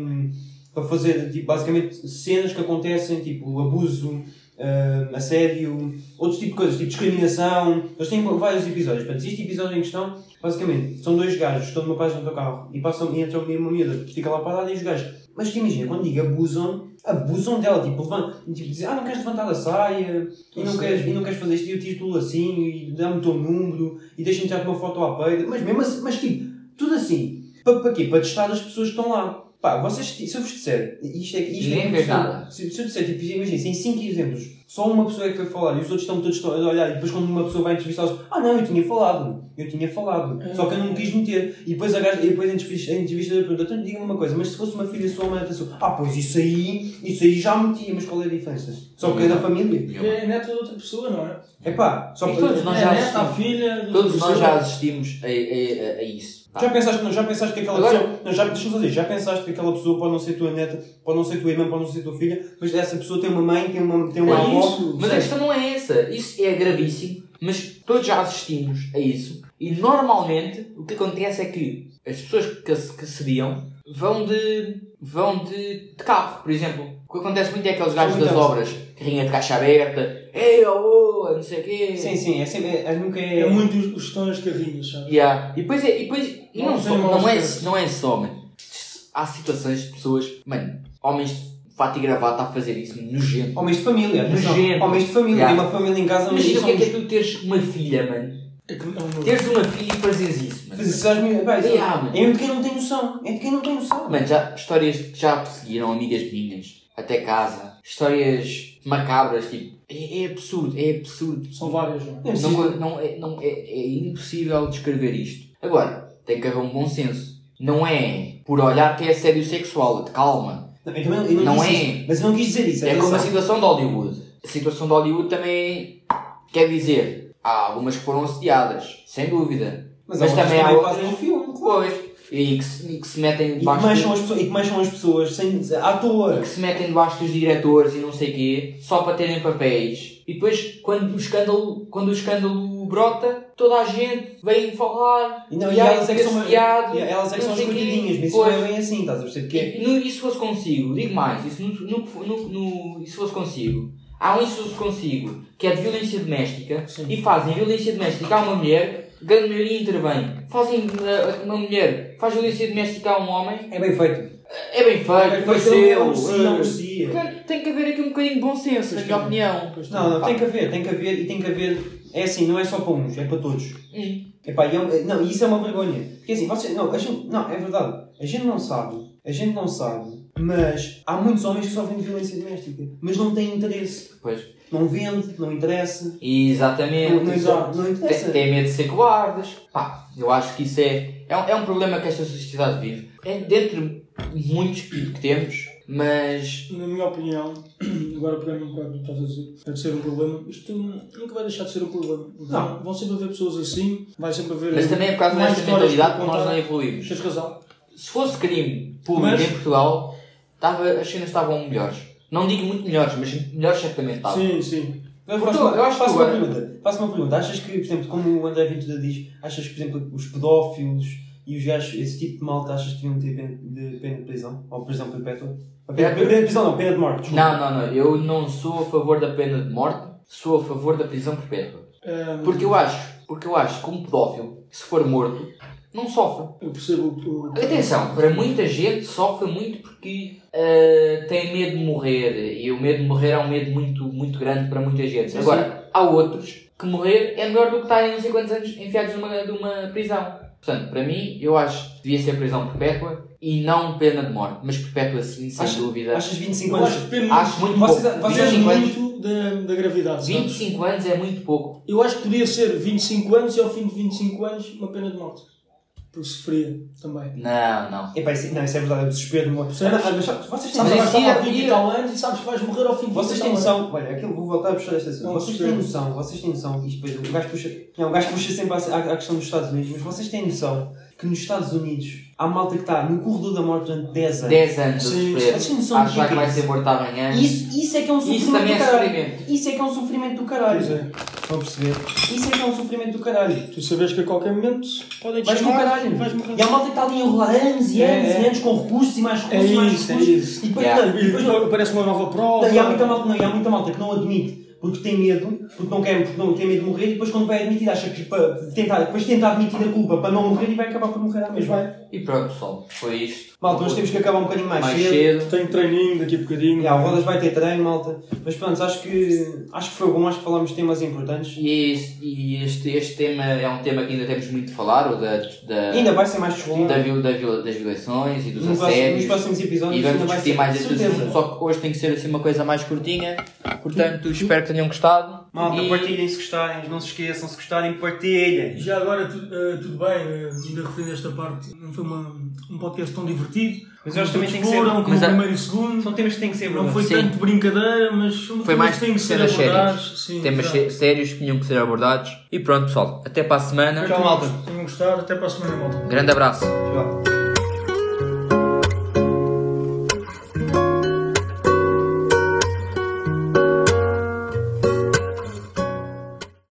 B: para fazer tipo, basicamente cenas que acontecem, tipo abuso, ahm, assédio, outros tipos de coisas, tipo discriminação. Eles têm vários episódios. Portanto, este episódio em questão, basicamente, são dois gajos que estão numa página do carro e passam e entram uma miúda que fica lá parada e os gajos. Mas imagina, quando digo abusam, abusam dela, tipo, levan- tipo dizem, ah, não queres levantar a saia, e não
C: Sim.
B: queres, e não queres fazer isto, e eu tiro-te assim, e dá-me o teu número, e deixa-me tirar-te uma foto à peida, mas mesmo assim, mas tipo, tudo assim, para, para quê? Para testar as pessoas que estão lá. Pá, vocês, se eu vos disser, isto é que. Isto é
A: Ninguém
B: que-
A: fez nada.
B: Se, se eu disser, tipo, imagina, se em 5 exemplos, só uma pessoa é que foi falar e os outros estão todos a olhar, e depois quando uma pessoa vai entrevistá-los, ah não, eu tinha falado, eu tinha falado, só que eu não me quis meter. E depois a, gaja- e depois a entrevista- a entrevistadora pergunta, então diga-me uma coisa, mas se fosse uma filha sua, uma neta sua, ah pois isso aí, isso aí já metia, mas qual é a diferença? Só que é da família.
C: Porque é neto de outra pessoa, não é?
B: Epá, só
A: E
B: que.
A: todos nós já
C: é neto, a
A: assistimos.
C: filha. de
A: Todos
C: outra
A: nós
C: pessoa.
A: já assistimos a, a- a- a isso. tá? Pá.
B: Já pensaste, não, já pensaste que aquela
A: Agora-
B: pessoa. Não, já, deixa-me só dizer, já pensaste que aquela pessoa pode não ser tua neta, pode não ser tua irmã, pode não ser tua filha, mas essa pessoa tem uma mãe, tem uma, tem uma
A: É
B: avó.
C: isso.
A: Mas a questão não é essa. Isso é gravíssimo, mas todos já assistimos a isso. E normalmente o que acontece é que as pessoas que, se- que sediam vão de. vão de, de carro, por exemplo. O que acontece muito é aqueles gajos
B: São
A: das
B: muitas.
A: obras, carrinha de caixa aberta, ei, oh, oh, não sei o quê.
B: Sim, sim, é sempre. É, é- nunca é.
C: É muito os os tons carrinhos, sabe?
A: Yeah. E depois, é- e depois e não,
C: Não
A: só,
C: tem maus
A: não, é,
C: tratos.
A: não é só, mano. Há situações de pessoas, mano, homens de fato e gravata a fazer isso, mano, nojento.
B: Homens de família, atenção.
A: Nojento.
B: Homens de família,
A: Yeah.
B: tem uma família em casa, mas
A: Imagina o
B: isso
A: que é
B: é
A: que é tu teres uma filha, mano.
C: É que não- não-
A: Teres uma filha e fazeres isso,
B: tipo
A: mano.
B: um.
A: Yeah, mano.
B: É de quem não tem noção. É de quem não tem noção.
A: Mano, já, histórias que já perseguiram amigas minhas até casa. Histórias macabras, tipo, é, é absurdo, é absurdo.
C: São várias, não é?
B: É preciso-
A: Não, não, é, não, é, é impossível descrever isto. Agora, tem que haver um bom senso. Não é por olhar que é assédio sexual, calma.
B: Não, eu também- eu não,
A: Não
B: disse
A: é.
B: Isso, mas eu não quis dizer isso.
A: É
B: atenção.
A: como a situação de Hollywood. A situação de Hollywood também quer dizer, há algumas que foram assediadas, sem dúvida.
B: Mas,
A: mas
B: há outras
A: também
B: que
A: há
B: também
A: outras-
B: fazem um filme, claro.
A: Pois, e que se, e que se metem
B: E que,
A: debaixo do-
B: mancham as pessoas, e que mancham as pessoas sem dizer, à toa.
A: que se metem debaixo dos diretores e não sei quê, só para terem papéis. E depois, quando o escândalo, quando o escândalo brota, toda a gente vem falar.
B: E, não, e
A: ai,
B: elas é que são,
A: esse viado,
B: e elas é que
A: não
B: são
A: sei quê.
B: escondidinhas, mas isso não
A: Pois.
B: é bem assim, estás a perceber? Porque
A: E no, e se fosse consigo, digo mais, isso no, no, no, no- e se fosse consigo. Há um isso fosse consigo, que é de violência doméstica,
C: Sim.
A: e fazem violência doméstica a uma mulher, grande maioria intervém. Fazem uh, uma mulher, faz violência doméstica a um homem,
B: é bem feito.
A: é bem feito,
B: bem
A: pareceu.
B: feito, não merecia, não
A: uh,
B: merecia.
A: Cara, Tem que haver aqui um bocadinho de bom senso, na
C: Pois
A: minha
C: tem.
A: opinião.
C: Pois
B: Não, não,
A: Pá.
B: tem que haver, tem que haver e tem que haver. É assim, não é só para uns, é para todos.
A: Hum.
B: Epá, e é um- não, e isso é uma vergonha. Porque assim, vocês. Não, a gente, não, é verdade. A gente não sabe. A gente não sabe. Mas há muitos homens que sofrem de violência doméstica. Mas não têm interesse.
A: Pois.
B: Não vende, não interessa. Não, não,
A: Exatamente.
B: não,
A: Tem,
B: interessa.
A: tem medo de ser cobardes. Pá, eu acho que isso é, é, um, é um problema que esta sociedade vive. É dentre muitos que que temos, mas.
C: Na minha opinião, agora pegando um bocado do que estás a dizer, é de ser um problema. Isto nunca vai deixar de ser um problema.
B: Não.
C: Vão sempre haver pessoas assim, vai sempre haver.
A: Mas também é por causa
C: mais
A: desta
C: histórias
A: mentalidade
C: para
A: que nós
C: contar.
A: não evoluímos.
C: Tens razão.
A: Se fosse crime público
C: Mas-
A: em Portugal, tava, as cenas estavam melhores. Não digo muito melhores, mas melhores certamente estavam.
C: Sim, sim.
B: Eu é.
A: Porque
B: faço,
A: eu acho que
B: faço
A: agora-
B: uma pergunta. Faço uma pergunta. Achas que, por exemplo, como o André Ventura diz, achas que, por exemplo, os pedófilos e os gajos, esse tipo de malta, achas que deviam ter pena de, pena de prisão? Ou prisão perpétua? Ou Pena, É, pena de prisão, não, pena de morte. desculpa.
A: Não, não, não. Eu não sou a favor da pena de morte, sou a favor da prisão perpétua.
C: Ahm,
A: Porque eu acho, porque eu acho que um pedófilo, se for morto, não sofre.
C: Eu percebo o. o-
A: Atenção, para muita gente sofre muito porque ah, tem medo de morrer. E o medo de morrer é um medo muito, muito grande para muita gente.
B: Sim,
A: Agora, há outros que morrer é melhor do que estarem não sei quantos anos enfiados numa, numa prisão. Portanto, para mim, eu acho que devia ser prisão perpétua e não pena de morte. Mas perpétua sim, sem
B: Acho-
A: dúvida.
B: Achas 25
C: Eu
B: anos?
C: acho que depende muito,
A: Acho muito
B: Vocês-
A: pouco.
B: vocês-
C: depende
A: 25 anos,
C: muito da, da gravidade. sabes?
A: 25 anos é muito pouco.
C: Eu acho que podia ser 25 anos e ao fim de 25 anos uma pena de morte. Porque sofria também.
A: Não, não.
B: Epá, isso, não, isso é verdade, é o desespero de uma pessoa.
C: Percebes?
B: Ah, mas sabe, vocês têm
C: Sabes,
A: Mas
B: noção.
C: vais
A: isso é
C: estar lá
A: ia-
C: 20 e tal anos e sabes que vais morrer ao fim de
B: Vocês têm
C: 20 tal anos.
B: noção, Então, olha, aquilo vou voltar a puxar esta assunto.
C: Não,
B: Vocês têm
C: percebo.
B: noção, vocês têm noção, e depois o gajo puxa. Não, o gajo puxa sempre à, à- à questão dos Estados Unidos, mas vocês têm noção que nos Estados Unidos há malta que está no corredor da morte durante 10 anos.
A: 10 anos a
C: Sim,
A: sofrer.
B: vocês não são
A: Achar que vai
B: ridículos.
A: ser morto amanhã.
B: Isso, isso é que é um
A: Isso
B: sofrimento
A: também é
B: do caralho.
A: sofrimento.
B: Isso é que é um sofrimento do
C: Pois
B: caralho.
C: é.
B: Estão a perceber? Isso é que é um sofrimento do caralho.
C: Tu sabes que a qualquer momento podem te
B: Vais com o
C: chamar,
B: caralho.
C: vais
B: E
C: morrer.
B: há um- malta que está ali a enrolar anos e
C: É,
B: anos
C: é.
B: e anos com recursos e mais
C: É
B: recursos e mais
C: isso, é
B: recursos.
C: isso.
B: E depois,
A: Yeah.
B: não, e depois não,
C: aparece uma nova prova.
B: Não, e há muita malta, não, e há muita malta que não admite. porque tem medo, porque não quer, porque não tem medo de morrer, e depois quando vai admitir, acha que para tentar, depois tenta admitir a culpa para não morrer e vai acabar por morrer à mesma.
A: E pronto, pessoal, foi isto.
B: Malta, hoje temos que acabar um bocadinho mais,
A: mais
B: cedo.
A: cedo.
C: Tenho treininho daqui a bocadinho.
B: Já, o Rodas vai ter treino, malta. Mas pronto, acho que, acho que foi bom, acho que falámos de temas importantes.
A: E, este, e este, este tema é um tema que ainda temos muito de falar, o da, da,
B: ainda vai ser mais discutido.
A: da viol- da viol- das violações e dos
B: Nos próximos, nos
A: assédios.
B: próximos episódios
A: E
B: ainda
A: vamos
B: vai
A: discutir
B: ser.
A: mais este
B: certeza.
A: assunto, só que hoje tem que ser assim uma coisa mais curtinha. Portanto, espero que tenham gostado.
B: Malta,
A: E-
B: partilhem se gostarem, não se esqueçam, se gostarem, partilhem.
C: Já agora tu- eh, tudo bem, eh, ainda referindo esta parte, não foi uma, um podcast tão divertido.
B: Mas eu acho
C: Como
B: que também tem que
C: todos
B: ser- um
C: foram, como
A: mas
C: o
A: há-
C: primeiro e o segundo.
B: São temas que têm que ser
C: Não
B: abordados.
C: foi
A: Sim.
C: tanto brincadeira, mas são
A: Foi
C: temas
A: mais
C: que têm que ser
A: cenas sérias.
C: abordados. Sim,
A: Temas
C: já.
A: sé- sérios que tinham que ser abordados. E pronto, pessoal, até para a semana.
B: Tchau, malta.
C: Tenham gostado, até para a semana, malta.
A: Grande abraço.
B: Tchau.